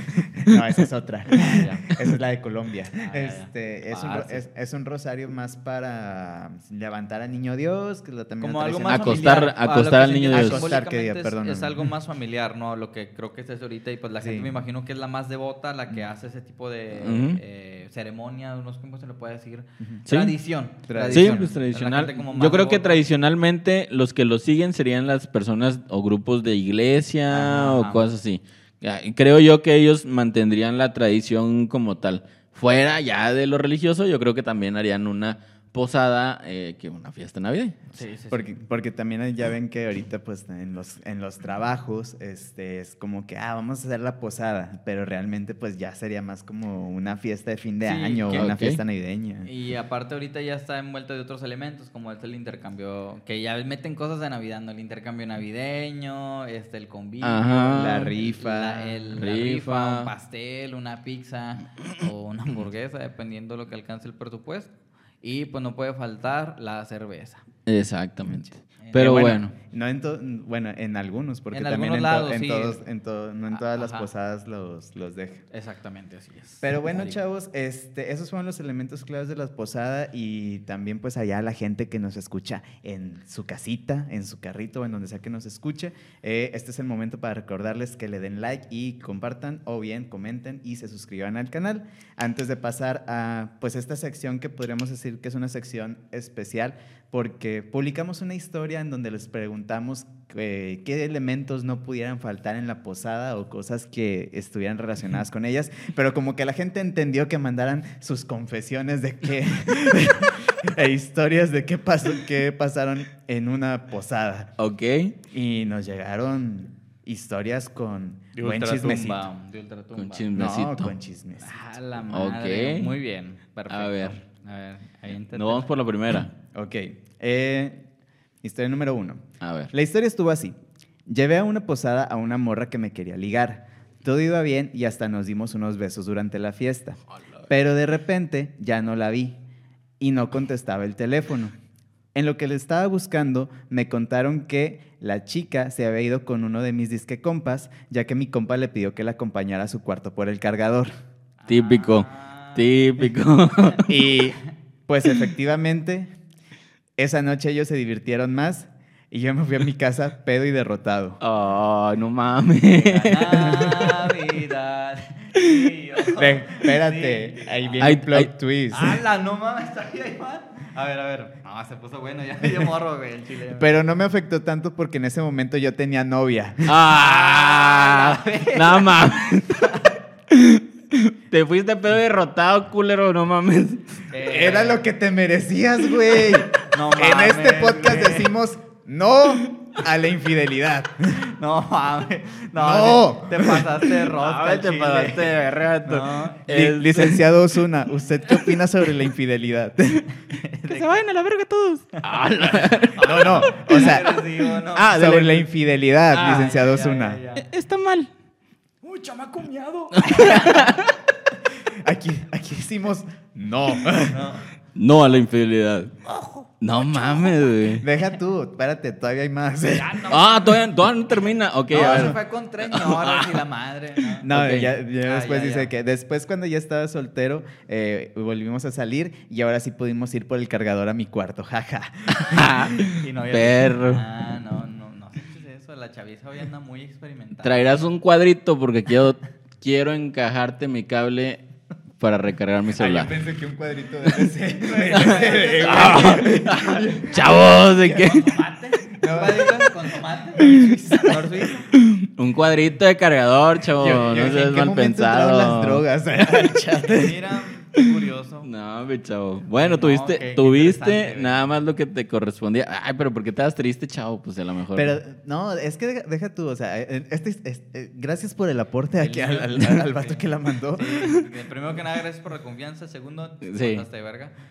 no, esa es otra. Ya. Esa es la de Colombia. Ah, ya, ya. este, es, un, ro- Ah, sí. es- es un rosario más para levantar al niño Dios, que lo también lo Como algo tradicional- más Acostar- familiar. A lo acostar que al niño significa Dios. Acostar, que diga, simbólicamente perdón. es- Es, algo más familiar, ¿no? Lo que creo que es eso ahorita. Y pues la Sí. gente me imagino que es la más devota, la que hace ese tipo de Ujú. eh, ceremonia, no sé cómo se le puede decir. Sí. Tradición. Sí, Tradición. pues La gente tradicional. como más Yo creo que devota. tradicionalmente los que lo siguen serían las personas o grupos de iglesia Ajá, o ajá. cosas así. Ya, y Creo yo que ellos mantendrían la tradición como tal. Fuera ya de lo religioso, yo creo que también harían una posada eh, que una fiesta navideña. Sí, sí, sí. Porque, porque también ya ven que ahorita pues en los, en los trabajos este, es como que, ah, vamos a hacer la posada, pero realmente pues ya sería más como una fiesta de fin de Sí, año o que- una Ok. fiesta navideña. Y aparte ahorita ya está envuelto de otros elementos, como este el intercambio, que ya meten cosas de Navidad, ¿no? El intercambio navideño, este el convivio, Ajá. La rifa. la, el- la Rifa. rifa, un pastel, una pizza o una hamburguesa, dependiendo lo que alcance el presupuesto. Y pues no puede faltar la cerveza. Exactamente. Eh, Pero Eh, bueno. No en to- bueno, en algunos, porque En también algunos en, to- lados, en sí. todos, en to- no en Ah, todas las ajá. posadas los, los deja. Exactamente, así es. Pero bueno, Marica. chavos, este, esos fueron los elementos claves de la posada y también pues allá la gente que nos escucha en su casita, en su carrito, en donde sea que nos escuche. Eh, este es el momento para recordarles que le den like y compartan o bien comenten y se suscriban al canal. Antes de pasar a pues esta sección que podríamos decir que es una sección especial porque que publicamos una historia en donde les preguntamos eh, qué elementos no pudieran faltar en la posada o cosas que estuvieran relacionadas con ellas, pero como que la gente entendió que mandaran sus confesiones de qué e historias de qué pasó, qué pasaron en una posada. Ok. Y nos llegaron historias con De buen chismecito. ultratumba, de ultratumba. Con chismecito. No, con chismes. Ah, la madre. Ok. Muy bien. Perfecto. A ver. A ver. Ahí Nos vamos por la primera. Ok. eh, historia número uno. A ver. La historia estuvo así. Llevé a una posada a una morra que me quería ligar. Todo iba bien y hasta nos dimos unos besos durante la fiesta. Ah. Pero de repente ya no la vi y no contestaba el teléfono. En lo que le estaba buscando, me contaron que la chica se había ido con uno de mis disque compas, ya que mi compa le pidió que la acompañara a su cuarto por el cargador. Típico. Ah. Típico. Y pues efectivamente, esa noche ellos se divirtieron más y yo me fui a mi casa pedo y derrotado. Oh, no mames. Navidad. y yo- Ve, espérate, ahí viene Ay, un plot ay. Ah. twist. ¡Hala! No mames, está bien, Iván. A ver, a ver. No, se puso bueno. Ya me dio morro, güey, el chile. Pero no me afectó tanto porque en ese momento yo tenía novia. Ah, no mames. Te fuiste pedo derrotado, culero, no mames. Eh, Era lo que te merecías, güey. No en mames, este podcast güey. decimos no a la infidelidad. No mames. No. No. Te pasaste de rosca. Mames, te chile. pasaste de reto. No. Li- Licenciado Osuna, ¿usted qué opina sobre la infidelidad? Que se vayan a la verga todos. Ah. No, no, o sea, Agresivo, no. Ah, de sobre la la- infidelidad, Ah, licenciado ya, ya, Osuna. ya. E, Está mal. ¡Uy, chamaco miado! Aquí, aquí decimos no. No. No a la infidelidad. No mames, güey. Deja tú, espérate, todavía hay más. Ah, todavía, todavía no termina. Ok, no, a se ver. fue con treñoras y la madre. No. No, Ok. ya, ya Ah, después ya, dice ya. que después cuando ya estaba soltero eh, volvimos a salir y ahora sí pudimos ir por el cargador a mi cuarto, jaja. Y no había- Perro. Ah, no, no, no. escuches eso. La chaviza hoy anda muy experimentada. Traerás un cuadrito porque quiero, quiero encajarte mi cable para recargar mi celular. pensé que un cuadrito de Ah, Chavos, ¿de qué? ¿Tomate? ¿Cuadritos con tomate? ¿Flor suiza? Un cuadrito de cargador, chavo. no seas mal pensado. las drogas al chat? Mira, qué curioso. No, mi chavo. Bueno, No, tuviste, qué- qué tuviste interesante, güey. nada más lo que te correspondía. Ay, pero ¿por qué estabas triste, chavo? Pues a lo mejor. Pero no, es que deja, deja tú, o sea, eh, este, este- eh, gracias por el aporte aquí al, al, al vato que la mandó. Sí, que primero que nada, gracias por la confianza. Segundo, te Sí. pasaste de verga.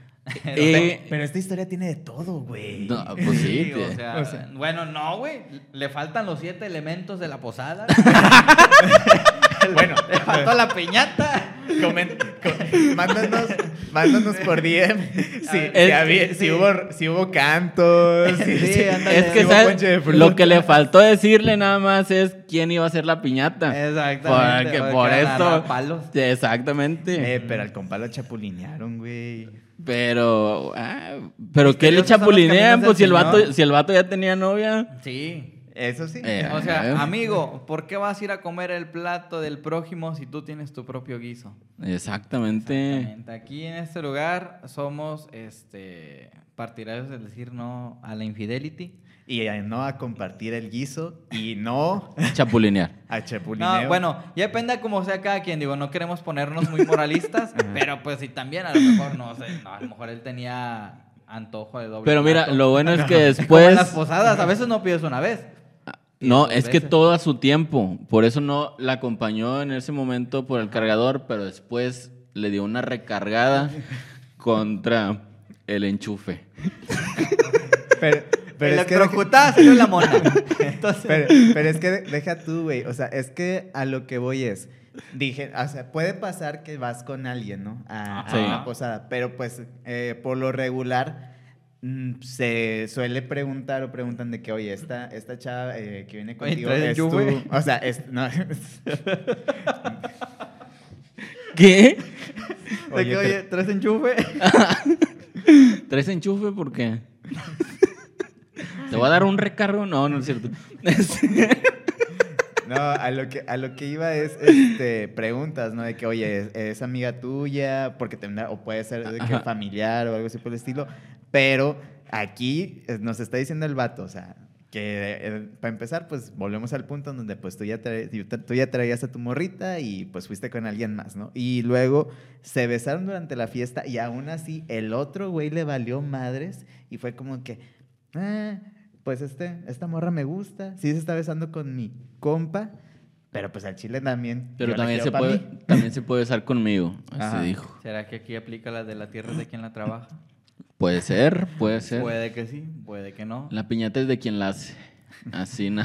Eh, Pero esta historia tiene de todo, güey. no, pues sí. Sí, te- o sea, O sea. bueno, no, güey. Le faltan los siete elementos de la posada. Bueno, Le faltó la piñata. Comen- co- mándanos, mándanos por DM si, si Es había- que si sí. hubo, si hubo cantos, si, Sí, si- ándale. Es que si hubo ponche de ¿sabes? fruta. lo que le faltó decirle nada más es quién iba a hacer la piñata. Exactamente. Porque por van a agarrar eso. Palos. Sí, Exactamente. Eh, pero al compa lo chapulinearon, güey. Pero, ah, pero ¿qué le Misteriosos son los chapulinean? caminos Pues si del el, vato, Señor. si el vato ya tenía novia. Sí. Eso sí. Eh. a O ver. sea, amigo, ¿por qué vas a ir a comer el plato del prójimo si tú tienes tu propio guiso? Exactamente. Exactamente. Aquí en este lugar somos este partidarios de decir no a la infidelity. Y eh, no a compartir el guiso y no Chapulinear. a chapulineo. No, bueno, ya depende de cómo sea cada quien. Digo, no queremos ponernos muy moralistas, pero pues sí también a lo mejor no sé, no, a lo mejor él tenía antojo de doble. Pero mira, plato. lo bueno es que Como en después. las posadas a veces no pides una vez. No, dos es que veces. todo a su tiempo. Por eso no la acompañó en ese momento por el cargador, pero después le dio una recargada contra el enchufe. pero, pero es que Electrocutada salió la mona. Entonces, Pero, pero es que de- deja tú, güey. O sea, es que a lo que voy es. Dije, o sea, puede pasar que vas con alguien, ¿no? A, a Sí. una posada. Pero pues, eh, por lo regular, mm, se suele preguntar o preguntan de que, oye, esta, esta chava eh, que viene Oye, contigo ¿traes es tu-" Juve? O sea, es. No, ¿Qué? de que, oye, oye, tres enchufe. ¿Tres enchufe? ¿Por qué? ¿Te va a dar un recargo? No, no es cierto. No, a lo que a lo que iba es este preguntas, ¿no? De que, oye, es, es amiga tuya, porque tendrá, o puede ser de que Ajá. familiar o algo así por el estilo. Pero aquí eh, nos está diciendo el vato, o sea, que eh, para empezar, pues volvemos al punto en donde pues tú ya, tra- tú tú ya traías a tu morrita y pues fuiste con alguien más, ¿no? Y luego se besaron durante la fiesta y aún así el otro güey le valió madres y fue como que, "Ah, pues este, esta morra me gusta, sí se está besando con mi compa, pero pues al chile también. Pero yo la también quiero se, pa' puede, mí". también se puede besar conmigo, así Ajá. dijo. ¿Será que aquí aplica la de la tierra es de quien la trabaja? Puede ser, puede ser. Puede que sí, puede que no. La piñata es de quien la hace. Así, ¿no?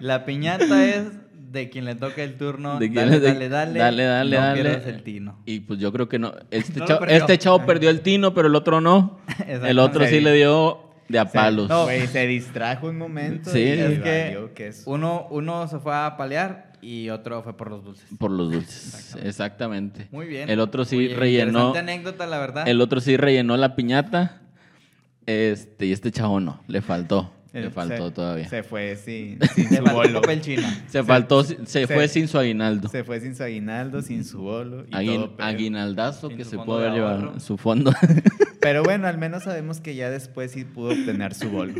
La piñata es de quien le toque el turno. De quien le- dale, de- dale, dale. dale, dale, no dale. pierdas el tino. Y pues yo creo que no. Este, No lo chavo, perdió. este chavo perdió el tino, pero el otro no. El otro sí le dio de a O sea, palos. no, güey, se distrajo un momento. Sí, y es que- valió queso. Uno, uno se fue a palear y otro fue por los dulces. Por los dulces. Exactamente. Muy bien. El otro sí Oye, rellenó. interesante anécdota, la verdad. El otro sí rellenó la piñata. Este, y este chavo no. Le faltó. Eh, le faltó se- todavía. Se, Se fue sin, sin Le su faltó bolo. papel chino. faltó, se, se- fue sin su aguinaldo. Se fue sin su aguinaldo, sin su bolo. Y Aguin- todo, pero, aguinaldazo Sin que su se fondo pudo de haber llevado. ahorro. en Su fondo. pero bueno, al menos sabemos que ya después sí pudo obtener su bolo.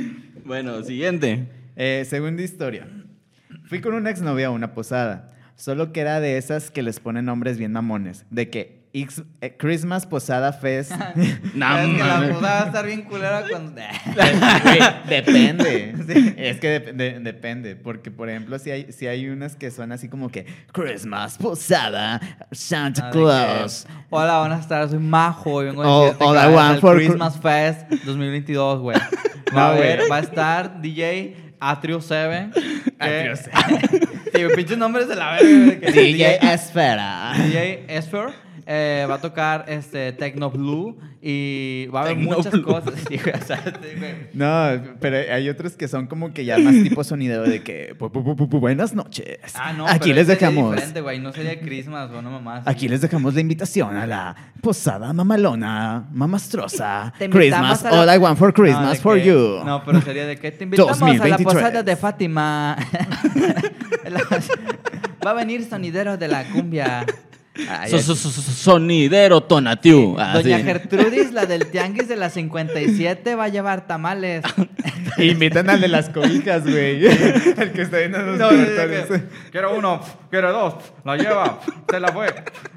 bueno, siguiente. Eh, segunda historia. Fui con una exnovia a una posada. Solo que era de esas que les ponen nombres bien mamones. De que X- eh, Christmas Posada Fest. No Sabes que la Ah, mames. posada va a estar bien culera cuando. depende. Sí, es que dep- de- depende. Porque, por ejemplo, si hay, si hay unas que son así como que Christmas Posada, Santa Ah, Claus. Hola, buenas tardes, soy Majo y vengo a Oh, decirte hola, que va a Juan, ser for- Christmas Fest 2022, güey. Va, a No, haber- güey. va a estar DJ Atrio 7. Atrio Sí, güey, pinches nombres de la verga. güey, que DJ ah, Esfera. DJ Esper eh, va a tocar este Techno Blue y va a haber Techno muchas Blue. cosas. Sí, güey, o sea, sí, güey. No, pero hay otros que son como que ya más tipo sonideo de que "Bu- bu- bu- bu- bu- buenas noches. Ah, no, aquí pero les este sería dejamos. diferente, güey, no sería Christmas, güey, no mamá. sí. Aquí les dejamos la invitación a la posada mamalona, mamastrosa, Te invitamos Christmas, a la- all I want for No, Christmas de for que- you. No, pero sería de que te invitamos a la 2023. posada de Fátima. Va a venir sonidero de la cumbia. Ay, So- so- so- so- sonidero Tonatiu. Ah, Así. Doña Gertrudis, la del tianguis de la 57, va a llevar tamales. Invitan al de las cobijas, güey. El que está viendo los No, de- de- de- cartones. quiero uno, quiero dos, la lleva, se la fue,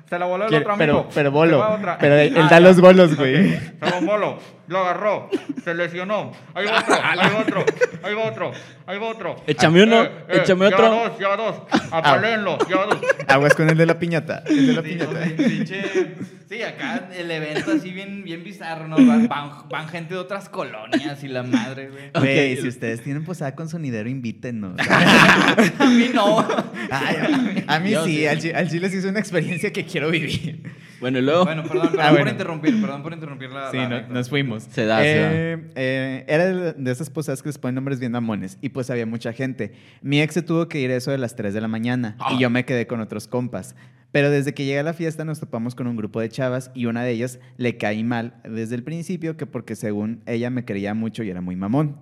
se la voló el Quiere- otro amigo. pero, pero se va bolo. otra. Pero él, él Ah, da ya. los bolos, güey. Se fue un bolo, lo agarró, se lesionó. Hay otro, hay otro, hay otro, hay otro. Échame uno, Eh, échame lleva otro. dos, lleva dos. Ah. Apalenlo, lleva dos. Aguas con el de la piñata. El de la Sí, o piñata. sea, pinche- sí, acá el evento así bien, bien bizarro, ¿no? Van, van- van gente de otras colonias y la madre, güey. Güey, si ustedes tienen posada con sonidero, invítenos. A mí no. Ay, a mí- a mí Yo sí, sí. Al, chi- al chile sí es una experiencia que quiero vivir. Bueno, y luego. Bueno, perdón, perdón Ah, bueno. por interrumpir, perdón por interrumpir la. Sí, la no- anécdota. nos fuimos. Se da, se da. Eh, eh, era de de esas posadas que les ponen nombres bien amones y pues había mucha gente. Mi ex se tuvo que ir a eso de las 3 de la mañana Ah. y yo me quedé con otros compas. Pero desde que llegué a la fiesta nos topamos con un grupo de chavas y una de ellas le caí mal desde el principio que porque según ella me creía mucho y era muy mamón.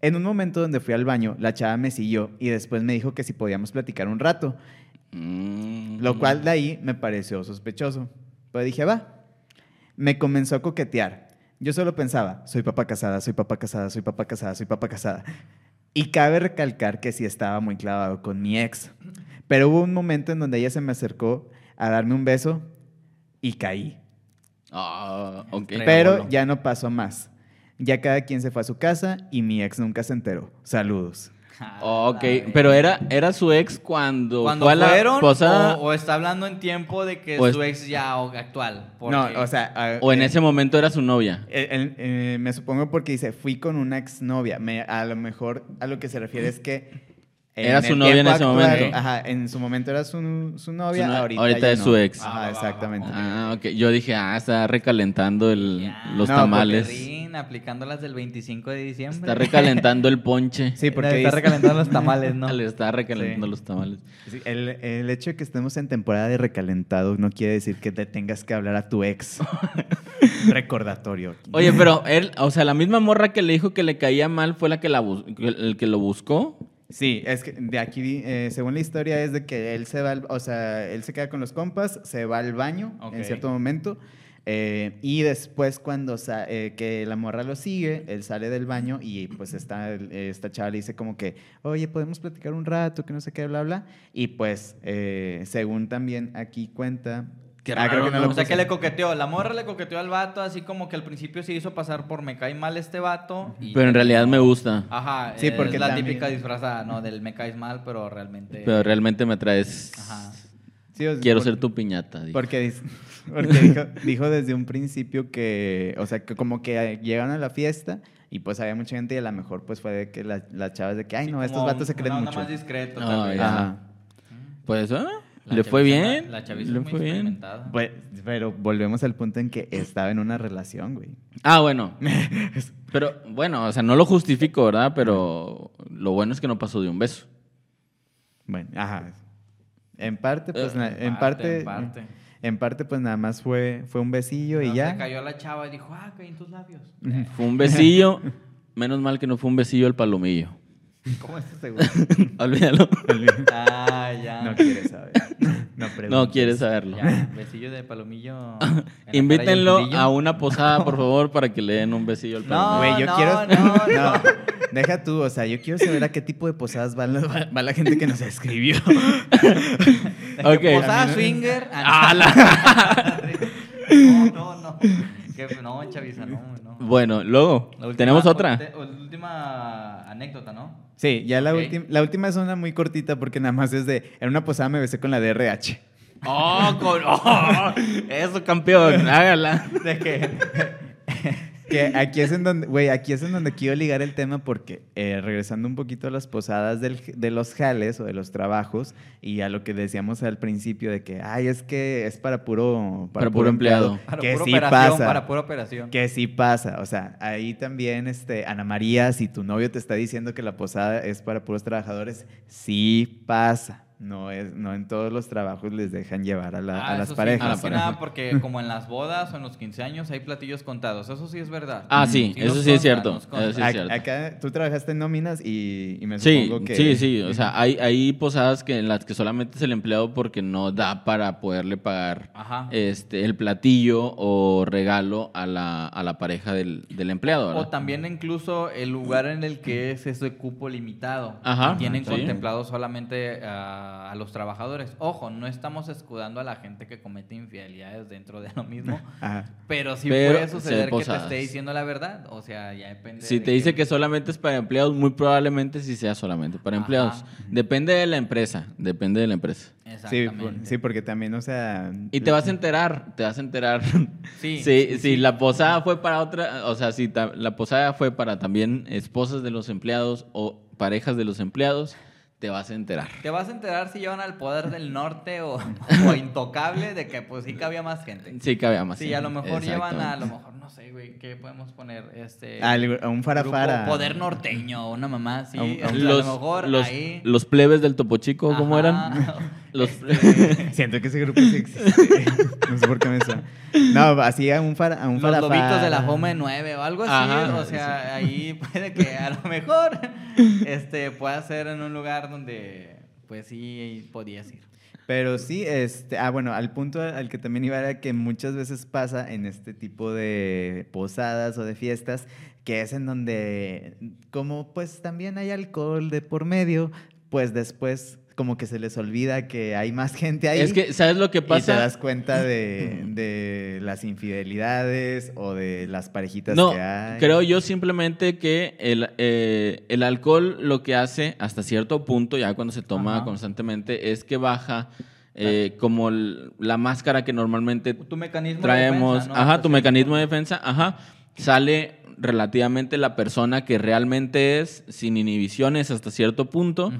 En un momento donde fui al baño, la chava me siguió y después me dijo que si podíamos platicar un rato. Mm. Lo cual de ahí me pareció sospechoso. Pero dije, va. Me comenzó a coquetear. Yo solo pensaba, soy papá casada, soy papá casada, soy papá casada, soy papá casada. Y cabe recalcar que sí estaba muy clavado con mi ex. Pero hubo un momento en donde ella se me acercó a darme un beso y caí. Ah, ok. Pero Bueno. ya no pasó más. Ya cada quien se fue a su casa y mi ex nunca se enteró. Saludos. Ah, Ok, la verga. pero era, era su ex cuando, Cuando fue a la Pues fueron, posada, o, o, o está hablando en tiempo de que O es- su ex ya o- actual. no, porque- o sea... ah, en eh, ese momento era su novia. Eh, el- eh, me supongo porque dice, fui con una exnovia. Me, a lo mejor a lo que se refiere es que... en Era su el novia en tiempo ese momento. Ajá, en su momento era su, su novia, Su no- ahorita, ahorita ya es no. su ex. Ajá, exactamente. Ah, ok. Yo dije, ah, está recalentando el, Ya, los No, tamales. Rin, aplicando las del 25 de diciembre. Está recalentando el ponche. Sí, porque está dice- recalentando los tamales, ¿no? Ah, Le está recalentando los tamales. Sí, el, el hecho de que estemos en temporada de recalentado no quiere decir que te tengas que hablar a tu ex. Recordatorio. aquí. Oye, pero él, o sea, la misma morra que le dijo que le caía mal fue la que la bus- el que lo buscó. Sí, es que de aquí, eh, según la historia, es de que él se va, al- o sea, él se queda con los compas, se va al baño Ok. en cierto momento, Eh, y después cuando sa- eh, que la morra lo sigue, él sale del baño y pues está, esta chava le dice como que, oye, podemos platicar un rato, que no sé qué, bla, bla. Y pues, eh, según también aquí cuenta... Qué Ah, creo raro, que no ¿no? lo O sea, puse. que le coqueteó. La morra le coqueteó al vato, así como que al principio se hizo pasar por me cae mal este vato. y- Ah, Pero en realidad me gusta. Ajá, Sí, sí, porque porque es la también- típica disfrazada, ¿no? Del me caes mal, pero realmente... Pero realmente me traes. Ajá. Sí, o sea, Quiero por- ser tu piñata. dije. Porque, dice- porque dijo, dijo desde un principio que, o sea, que como que llegaron a la fiesta y pues había mucha gente y a lo mejor pues fue de que la- las chavas de que, ay Sí, no, estos como vatos se creen una onda mucho. más discreto, No, tal vez. ya. Ajá. Pues, ah, La le fue chaviza- bien. La, la chaviza le es muy fue bien. experimentada. Pues, pero volvemos al punto en que estaba en una relación, güey. Ah, bueno. Pero bueno, o sea, no lo justifico, ¿verdad? Pero lo bueno es que no pasó de un beso. Bueno, ajá. En parte, pues, Eh, na- en, parte, en parte. en parte, pues nada más fue, fue un besillo y Entonces ya. Se cayó la chava y dijo, ah, caí en tus labios. Fue un besillo. Menos mal que no fue un besillo al palomillo. ¿Cómo estás seguro? Olvídalo. ah, ya. no quieres saber. No, preguntes. No quieres saberlo. Ya, besillo de palomillo. en la cara y el Invítenlo fundillo. a una posada, por favor, para que le den un besillo al palomillo. No, Güey, yo Oh, no, quiero. no, no. Deja tú, o sea, yo quiero saber a qué tipo de posadas va la, va- va la gente que nos escribió. De que Ok. Posada A mí no- swinger. Ah, No, no, no. Que- no, chaviza, no, no. Bueno, luego, La última- tenemos otra. ulti- última anécdota, ¿no? Sí, ya la, Ok. última la última es una muy cortita porque nada más es de. En una posada me besé con la DRH. ¡Oh, con- oh, eso, campeón! Hágala. De que. que aquí es en donde. Güey, aquí es en donde quiero ligar el tema porque eh, regresando un poquito a las posadas del- de los jales o de los trabajos y a lo que decíamos al principio de que, ay, es que es para puro. Para puro empleado. que pura sí operación, pasa. Para pura operación. Que sí pasa, o sea, ahí también, este, Ana María, si tu novio te está diciendo que la posada es para puros trabajadores, sí pasa. No, es, no en todos los trabajos les dejan llevar a, la- a Ah, las eso sí, parejas. A más la que pareja. nada porque como en las bodas o en los 15 años hay platillos contados. Eso sí es verdad. Ah, sí, eso nos sí es consta, cierto, nos consta. eso sí. Ac- es cierto. Acá tú trabajaste en nóminas y, y me Sí, supongo que... sí, sí. O sea, hay, hay posadas que en las que solamente es el empleado porque no da para poderle pagar Ajá. este, el platillo o regalo a la, a la pareja del, del empleado. ¿verdad? O también incluso el lugar en el que es ese cupo limitado. Ajá, que tienen sí. contemplado solamente ah, a los trabajadores. Ojo, no estamos escudando a la gente que comete infidelidades dentro de lo mismo, Ajá. pero sí Pero puede se suceder que te posadas. esté diciendo la verdad. O sea, ya depende. Si de te dice que solamente es para empleados, muy probablemente sí sea solamente para Ajá. empleados. Depende de la empresa, depende de la empresa. Sí, Exactamente. por- sí, porque también, o sea... Y te vas a enterar, te vas a enterar. Sí, si, si la posada fue para otra, o sea, si ta- la posada fue para también esposas de los empleados o parejas de los empleados, te vas a enterar. Te vas a enterar si llevan al poder del norte o, o a intocable de que pues sí cabía más gente. Sí, cabe más. ¿eh? Sí, a lo mejor llevan a lo mejor, no sé, güey, ¿qué podemos poner? Este, eh, al- a un grupo farafara. Poder norteño, una mamá, sí. A un- a o sea, un- a Los, lo mejor los, ahí. los plebes del Topo Chico, ¿cómo eran? Ajá. Los- Este, Siento que ese grupo sí existe. no sé por qué me suena. No, así a un, fara, a un los farafara. lobitos de la Foma de Nueve o algo así. Ajá, o sea, ahí puede que a lo mejor este, pueda ser en un lugar donde, pues sí, podías ir. Pero sí, este, ah, bueno, al punto al que también iba era que muchas veces pasa en este tipo de posadas o de fiestas, que es en donde, como pues también hay alcohol de por medio, pues después como que se les olvida que hay más gente ahí. Es que, ¿sabes lo que Y te pasa? das cuenta de, de las infidelidades o de las parejitas No, que hay. creo yo simplemente que el, eh, el alcohol lo que hace hasta cierto punto, ya cuando se toma Ajá. constantemente, es que baja eh, como el- la máscara que normalmente Tu mecanismo de traemos. defensa, ¿no? Ajá, tu Entonces, mecanismo de defensa, ajá. Sale relativamente la persona que realmente es, sin inhibiciones hasta cierto punto. Ujú.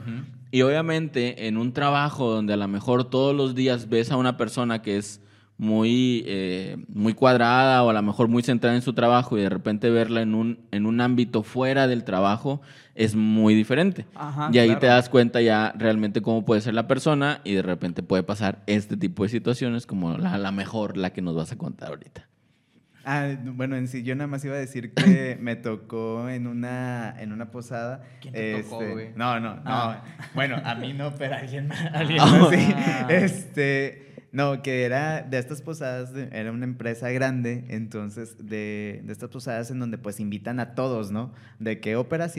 Y obviamente en un trabajo donde a lo mejor todos los días ves a una persona que es muy, eh, muy cuadrada o a lo mejor muy centrada en su trabajo y de repente verla en un, en un ámbito fuera del trabajo es muy diferente. Ajá, y ahí claro. te das cuenta ya realmente cómo puede ser la persona y de repente puede pasar este tipo de situaciones como la, la mejor, la que nos vas a contar ahorita. Ah, bueno, en sí, yo nada más iba a decir que me tocó en una, en una posada. ¿Quién te este, tocó, güey? No, no, no. Ah. Bueno, a mí no, pero a alguien más. alguien Ah. más sí. Este, No, que era de estas posadas, de- era una empresa grande, entonces de, de estas posadas en donde pues invitan a todos, ¿no? De qué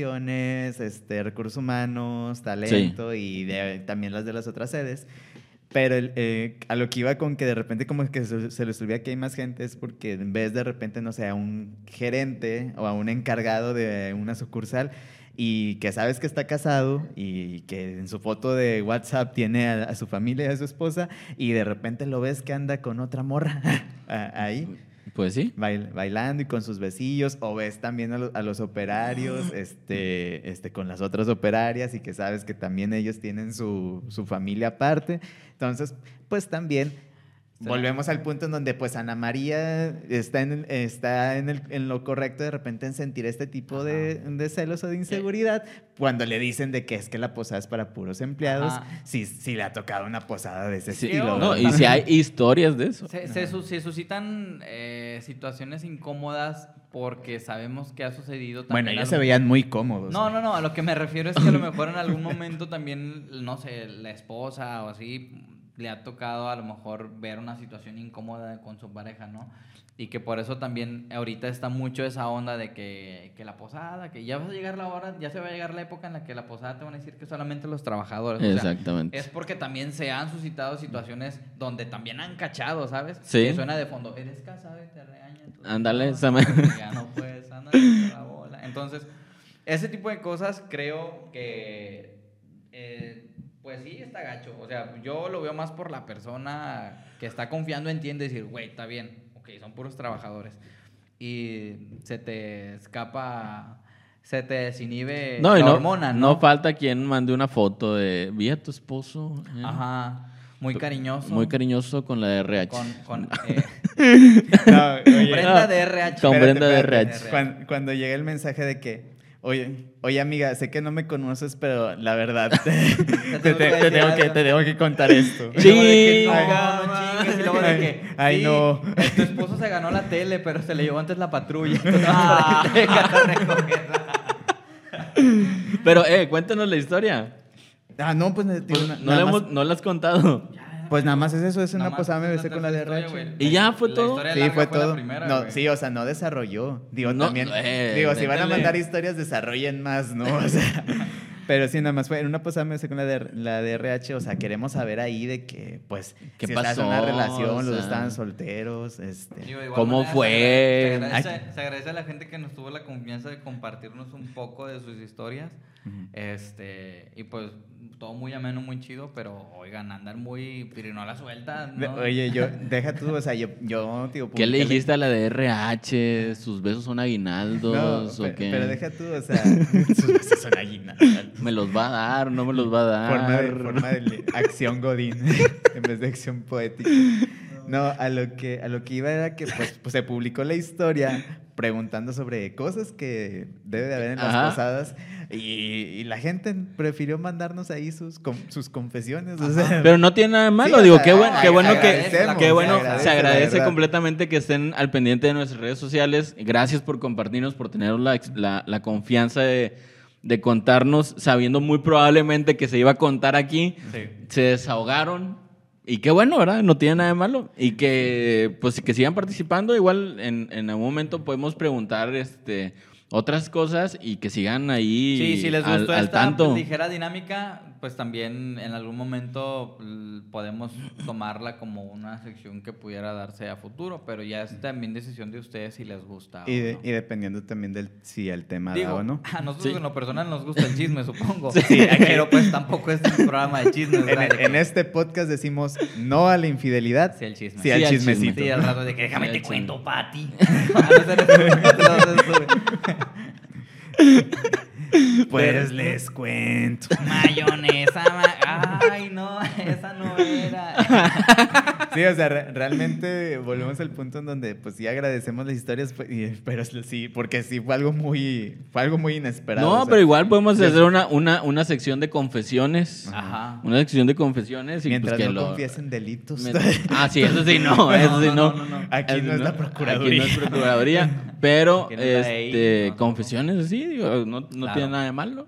operaciones, este, recursos humanos, talento y de- también las de las otras sedes. Pero el, eh, a lo que iba con que de repente como que se, se les olvida que hay más gente es porque en vez de repente, no sé, a un gerente o a un encargado de una sucursal y que sabes que está casado y que en su foto de WhatsApp tiene a, a su familia y a su esposa y de repente lo ves que anda con otra morra a- ahí. Pues sí. bail- bailando y con sus besillos, o ves también a los, a los operarios este, este, con las otras operarias y que sabes que también ellos tienen su, su familia aparte. Entonces, pues también volvemos al punto en donde pues Ana María está en, está en, el- en lo correcto de repente en sentir este tipo de, de celos o de inseguridad cuando le dicen de que es que la posada es para puros empleados, Ajá. si, si le ha tocado una posada de ese Sí, estilo. no, y ¿verdad? si hay historias de eso. Se, se su- se suscitan eh, situaciones incómodas porque sabemos que ha sucedido también. Bueno, a ellos lo- se veían muy cómodos. No, güey. no, no, a lo que me refiero es que a lo mejor en algún momento también, no sé, la esposa o así le ha tocado a lo mejor ver una situación incómoda con su pareja, ¿no? Y que por eso también ahorita está mucho esa onda de que, que la posada, que ya va a llegar la hora, ya se va a llegar la época en la que la posada te van a decir que solamente los trabajadores. o sea, Exactamente. es porque también se han suscitado situaciones donde también han cachado, ¿sabes? Sí. Que suena de fondo, eres casado y te regañan. tus Ándale, papás, esa ma- Ya no puedes, ándale, por la bola. Entonces, ese tipo de cosas creo que, eh, pues sí, está gacho. O sea, yo lo veo más por la persona que está confiando en ti en decir, güey, está bien, ok, son puros trabajadores. Y se te escapa, se te desinhibe No, y la no, hormona, no ¿no? falta quien mande una foto de vi a tu esposo. eh, Ajá, muy cariñoso. Muy cariñoso con la de RH. con, con, eh, No, oye. Brenda Ah. de RH. Con Espérate, Brenda de espérate. RH. Cuan- Cuando, llegue el mensaje de que, oye, oye amiga, sé que no me conoces, pero la verdad, te, te- tengo te que tengo decir que, algo". te tengo que contar esto. Y luego de que, Chinga, no, no madre. chingues, y luego de que, Ay, sí, no. Tu esposo se ganó la tele, pero se le llevó antes la patrulla. Entonces, Ah. ahora te dejan a recoger. Pero, eh, cuéntanos la historia. Ah, no, pues, digo, Pues, na- no, nada la más, hemos- no la has contado. pues nada más es eso, es Nada una más posada, me es besé la con la de tercera RH. historia, güey. ¿Y ya La- fue la todo? historia Sí, larga fue fue la todo. primera, no, güey. sí, o sea, no desarrolló. Digo, No, también. eh, digo, si van a métele. mandar historias, desarrollen más, ¿no? O sea, pero sí, nada más fue en una posada me besé con la de, la de RH. O sea, queremos saber ahí de que, pues, ¿Qué si estás en pasó? una O relación, los sea. dos estaban solteros, este. Digo, de igual ¿Cómo manera, fue? Se agradece, se Ay. agradece- se agradece a la gente que nos tuvo la confianza de compartirnos un poco de sus historias. Este, y pues todo muy ameno, muy chido, pero oigan, andar muy pirinola suelta. De- ¿no? Oye, yo, deja tú, o sea, yo, yo digo, ¿Qué le publiqué- dijiste a la de RH? ¿Sus besos son No, aguinaldos? pe- ¿O pero, qué? deja tú, o sea, sus besos son aguinaldos. ¿Me los va a dar? ¿No me los va a dar? Forma de, forma de le- acción Godín en vez de acción poética. No, a lo que, a lo que iba era que pues, pues, se publicó la historia preguntando sobre cosas que debe de haber en las Ajá. posadas y, y la gente prefirió mandarnos ahí sus, con- sus confesiones. o sea, Pero no tiene nada de malo, Sí, o digo, sea, qué, buen- ag- qué bueno que agradecemos, qué bueno, se se agradece, agradece, la verdad. completamente que estén al pendiente de nuestras redes sociales. Gracias por compartirnos, por tener la, ex- la- la confianza de, de contarnos, sabiendo muy probablemente que se iba a contar aquí. Se desahogaron. Y qué bueno, ¿verdad? No tiene nada de malo. Y que, pues, que sigan participando. Igual en, en algún momento podemos preguntar este, otras cosas y que sigan ahí Sí, si les al- gustó al esta tanto. ligera dinámica, pues también en algún momento l- podemos tomarla como una sección que pudiera darse a futuro, pero ya es también decisión de ustedes si les gusta. y, o de- no. y dependiendo también del si el tema da Digo, o no. a nosotros Sí. en lo personal nos gusta el chisme, supongo. Sí. pero pues tampoco es un programa de chismes. En, ¿verdad? De que- en este podcast decimos no a la infidelidad, Sí, el chisme. sí al Sí al chisme. chismecito. Sí, al rato de que déjame Sí, te al cuento, Pati. Ah, no sé, no sé, no sé, no sé. Pues les cuento. Mayonesa. ma- Ay, no, esa no era. Sí, o sea, re- realmente volvemos al punto en donde pues sí agradecemos las historias, pues, y- pero sí, porque sí fue algo muy, fue algo muy inesperado. o No, sea, pero igual podemos des- hacer una, una, una sección de confesiones. Ajá. Una sección de confesiones y Mientras pues que no lo- confiesen delitos. Mientras- Ah, sí, eso sí no, eso sí no. no, no, no. Aquí Eso no es la Procuraduría. Aquí no es Procuraduría, pero Aquí no es la DEI, este, no, confesiones sí, digo, no, no Claro. tiene nada de malo.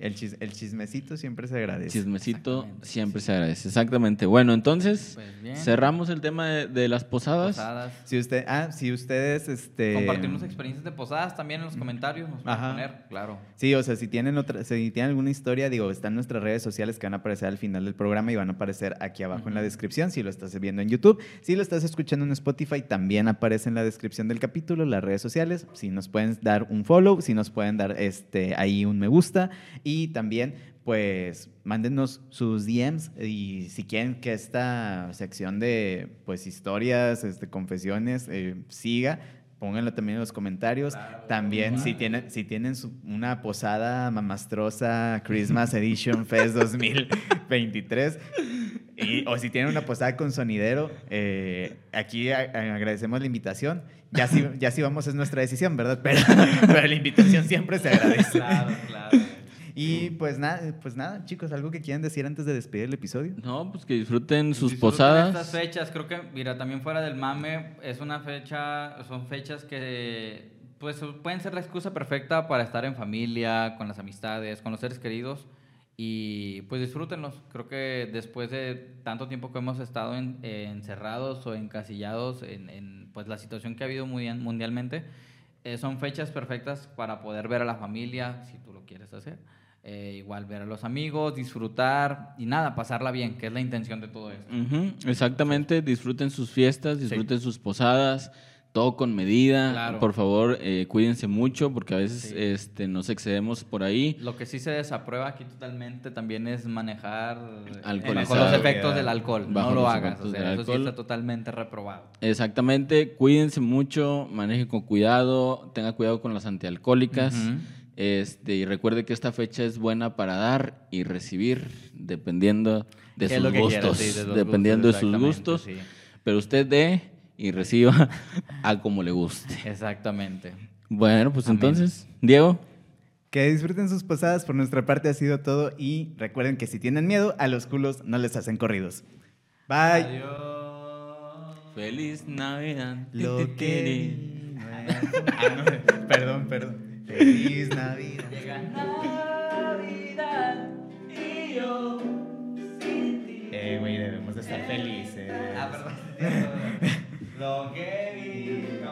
El, chis- el chismecito siempre se agradece. Chismecito Exactamente, siempre se agradece. Exactamente. Bueno, entonces Pues bien. abramos el tema de, de las posadas. Posadas. Si usted, ah, si ustedes, Eh, este... Compartirnos experiencias de posadas también en los comentarios. Nos pueden Ajá. poner, claro. Sí, o sea, si tienen otra, si tienen alguna historia, digo, están nuestras redes sociales que van a aparecer al final del programa y van a aparecer aquí abajo en la descripción. Si lo estás viendo en YouTube, si lo estás escuchando en Spotify, también aparece en la descripción del capítulo las redes sociales. Si nos pueden dar un follow, si nos pueden dar este ahí un me gusta y también pues mándenos sus DMs y si quieren que esta sección de pues historias, este, confesiones eh, siga, pónganlo también en los comentarios. también si tienen, si tienen su- una posada mamastrosa Christmas Edition Fest 2023 y- o si tienen una posada con sonidero, eh, aquí a- a- agradecemos la invitación. Ya si, ya si vamos es nuestra decisión, ¿verdad? Pero, pero la invitación siempre se agradece. Claro, claro. Y pues nada, pues nada, chicos, algo que quieran decir antes de despedir el episodio. No, pues que disfruten sus Disfruten Estas posadas. fechas, creo que, mira, también fuera del mame, es una fecha, son fechas que, pues, pueden ser la excusa perfecta para estar en familia, con las amistades, con los seres queridos. Y pues disfrútenlos. Creo que después de tanto tiempo que hemos estado en- eh, encerrados o encasillados en, en, pues, la situación que ha habido muy bien mundialmente, eh, son fechas perfectas para poder ver a la familia, si tú lo quieres hacer. Eh, igual ver a los amigos, disfrutar y nada, pasarla bien, que es la intención de todo esto. Ujú, Exactamente, disfruten sus fiestas, disfruten sus posadas, todo con medida. Claro. Por favor, eh, cuídense mucho porque a veces Sí. este, nos excedemos por ahí. Lo que sí se desaprueba aquí totalmente también es manejar eh, bajo Alcoholizado. los efectos del alcohol. Bajo no lo los hagas. efectos O sea, del eso sí alcohol. está totalmente reprobado. Exactamente, cuídense mucho, manejen con cuidado, tenga cuidado con las antialcohólicas. Ujú. Este, y recuerde que esta fecha es buena para dar y recibir, dependiendo de Que es sus lo que quieras, gustos. sí, de los dependiendo de sus exactamente, gustos. sí. Pero usted dé y reciba a como le guste. Exactamente. Bueno, pues Amén. entonces, Diego, Que disfruten sus posadas, por nuestra parte ha sido todo y recuerden que si tienen miedo, a los culos no les hacen corridos. Bye. feliz Navidad. Lo que... Ah, no, perdón, perdón. Feliz Navidad. Eh, güey, debemos de estar felices. Ah, perdón. Lo que vi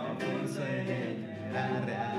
La realidad.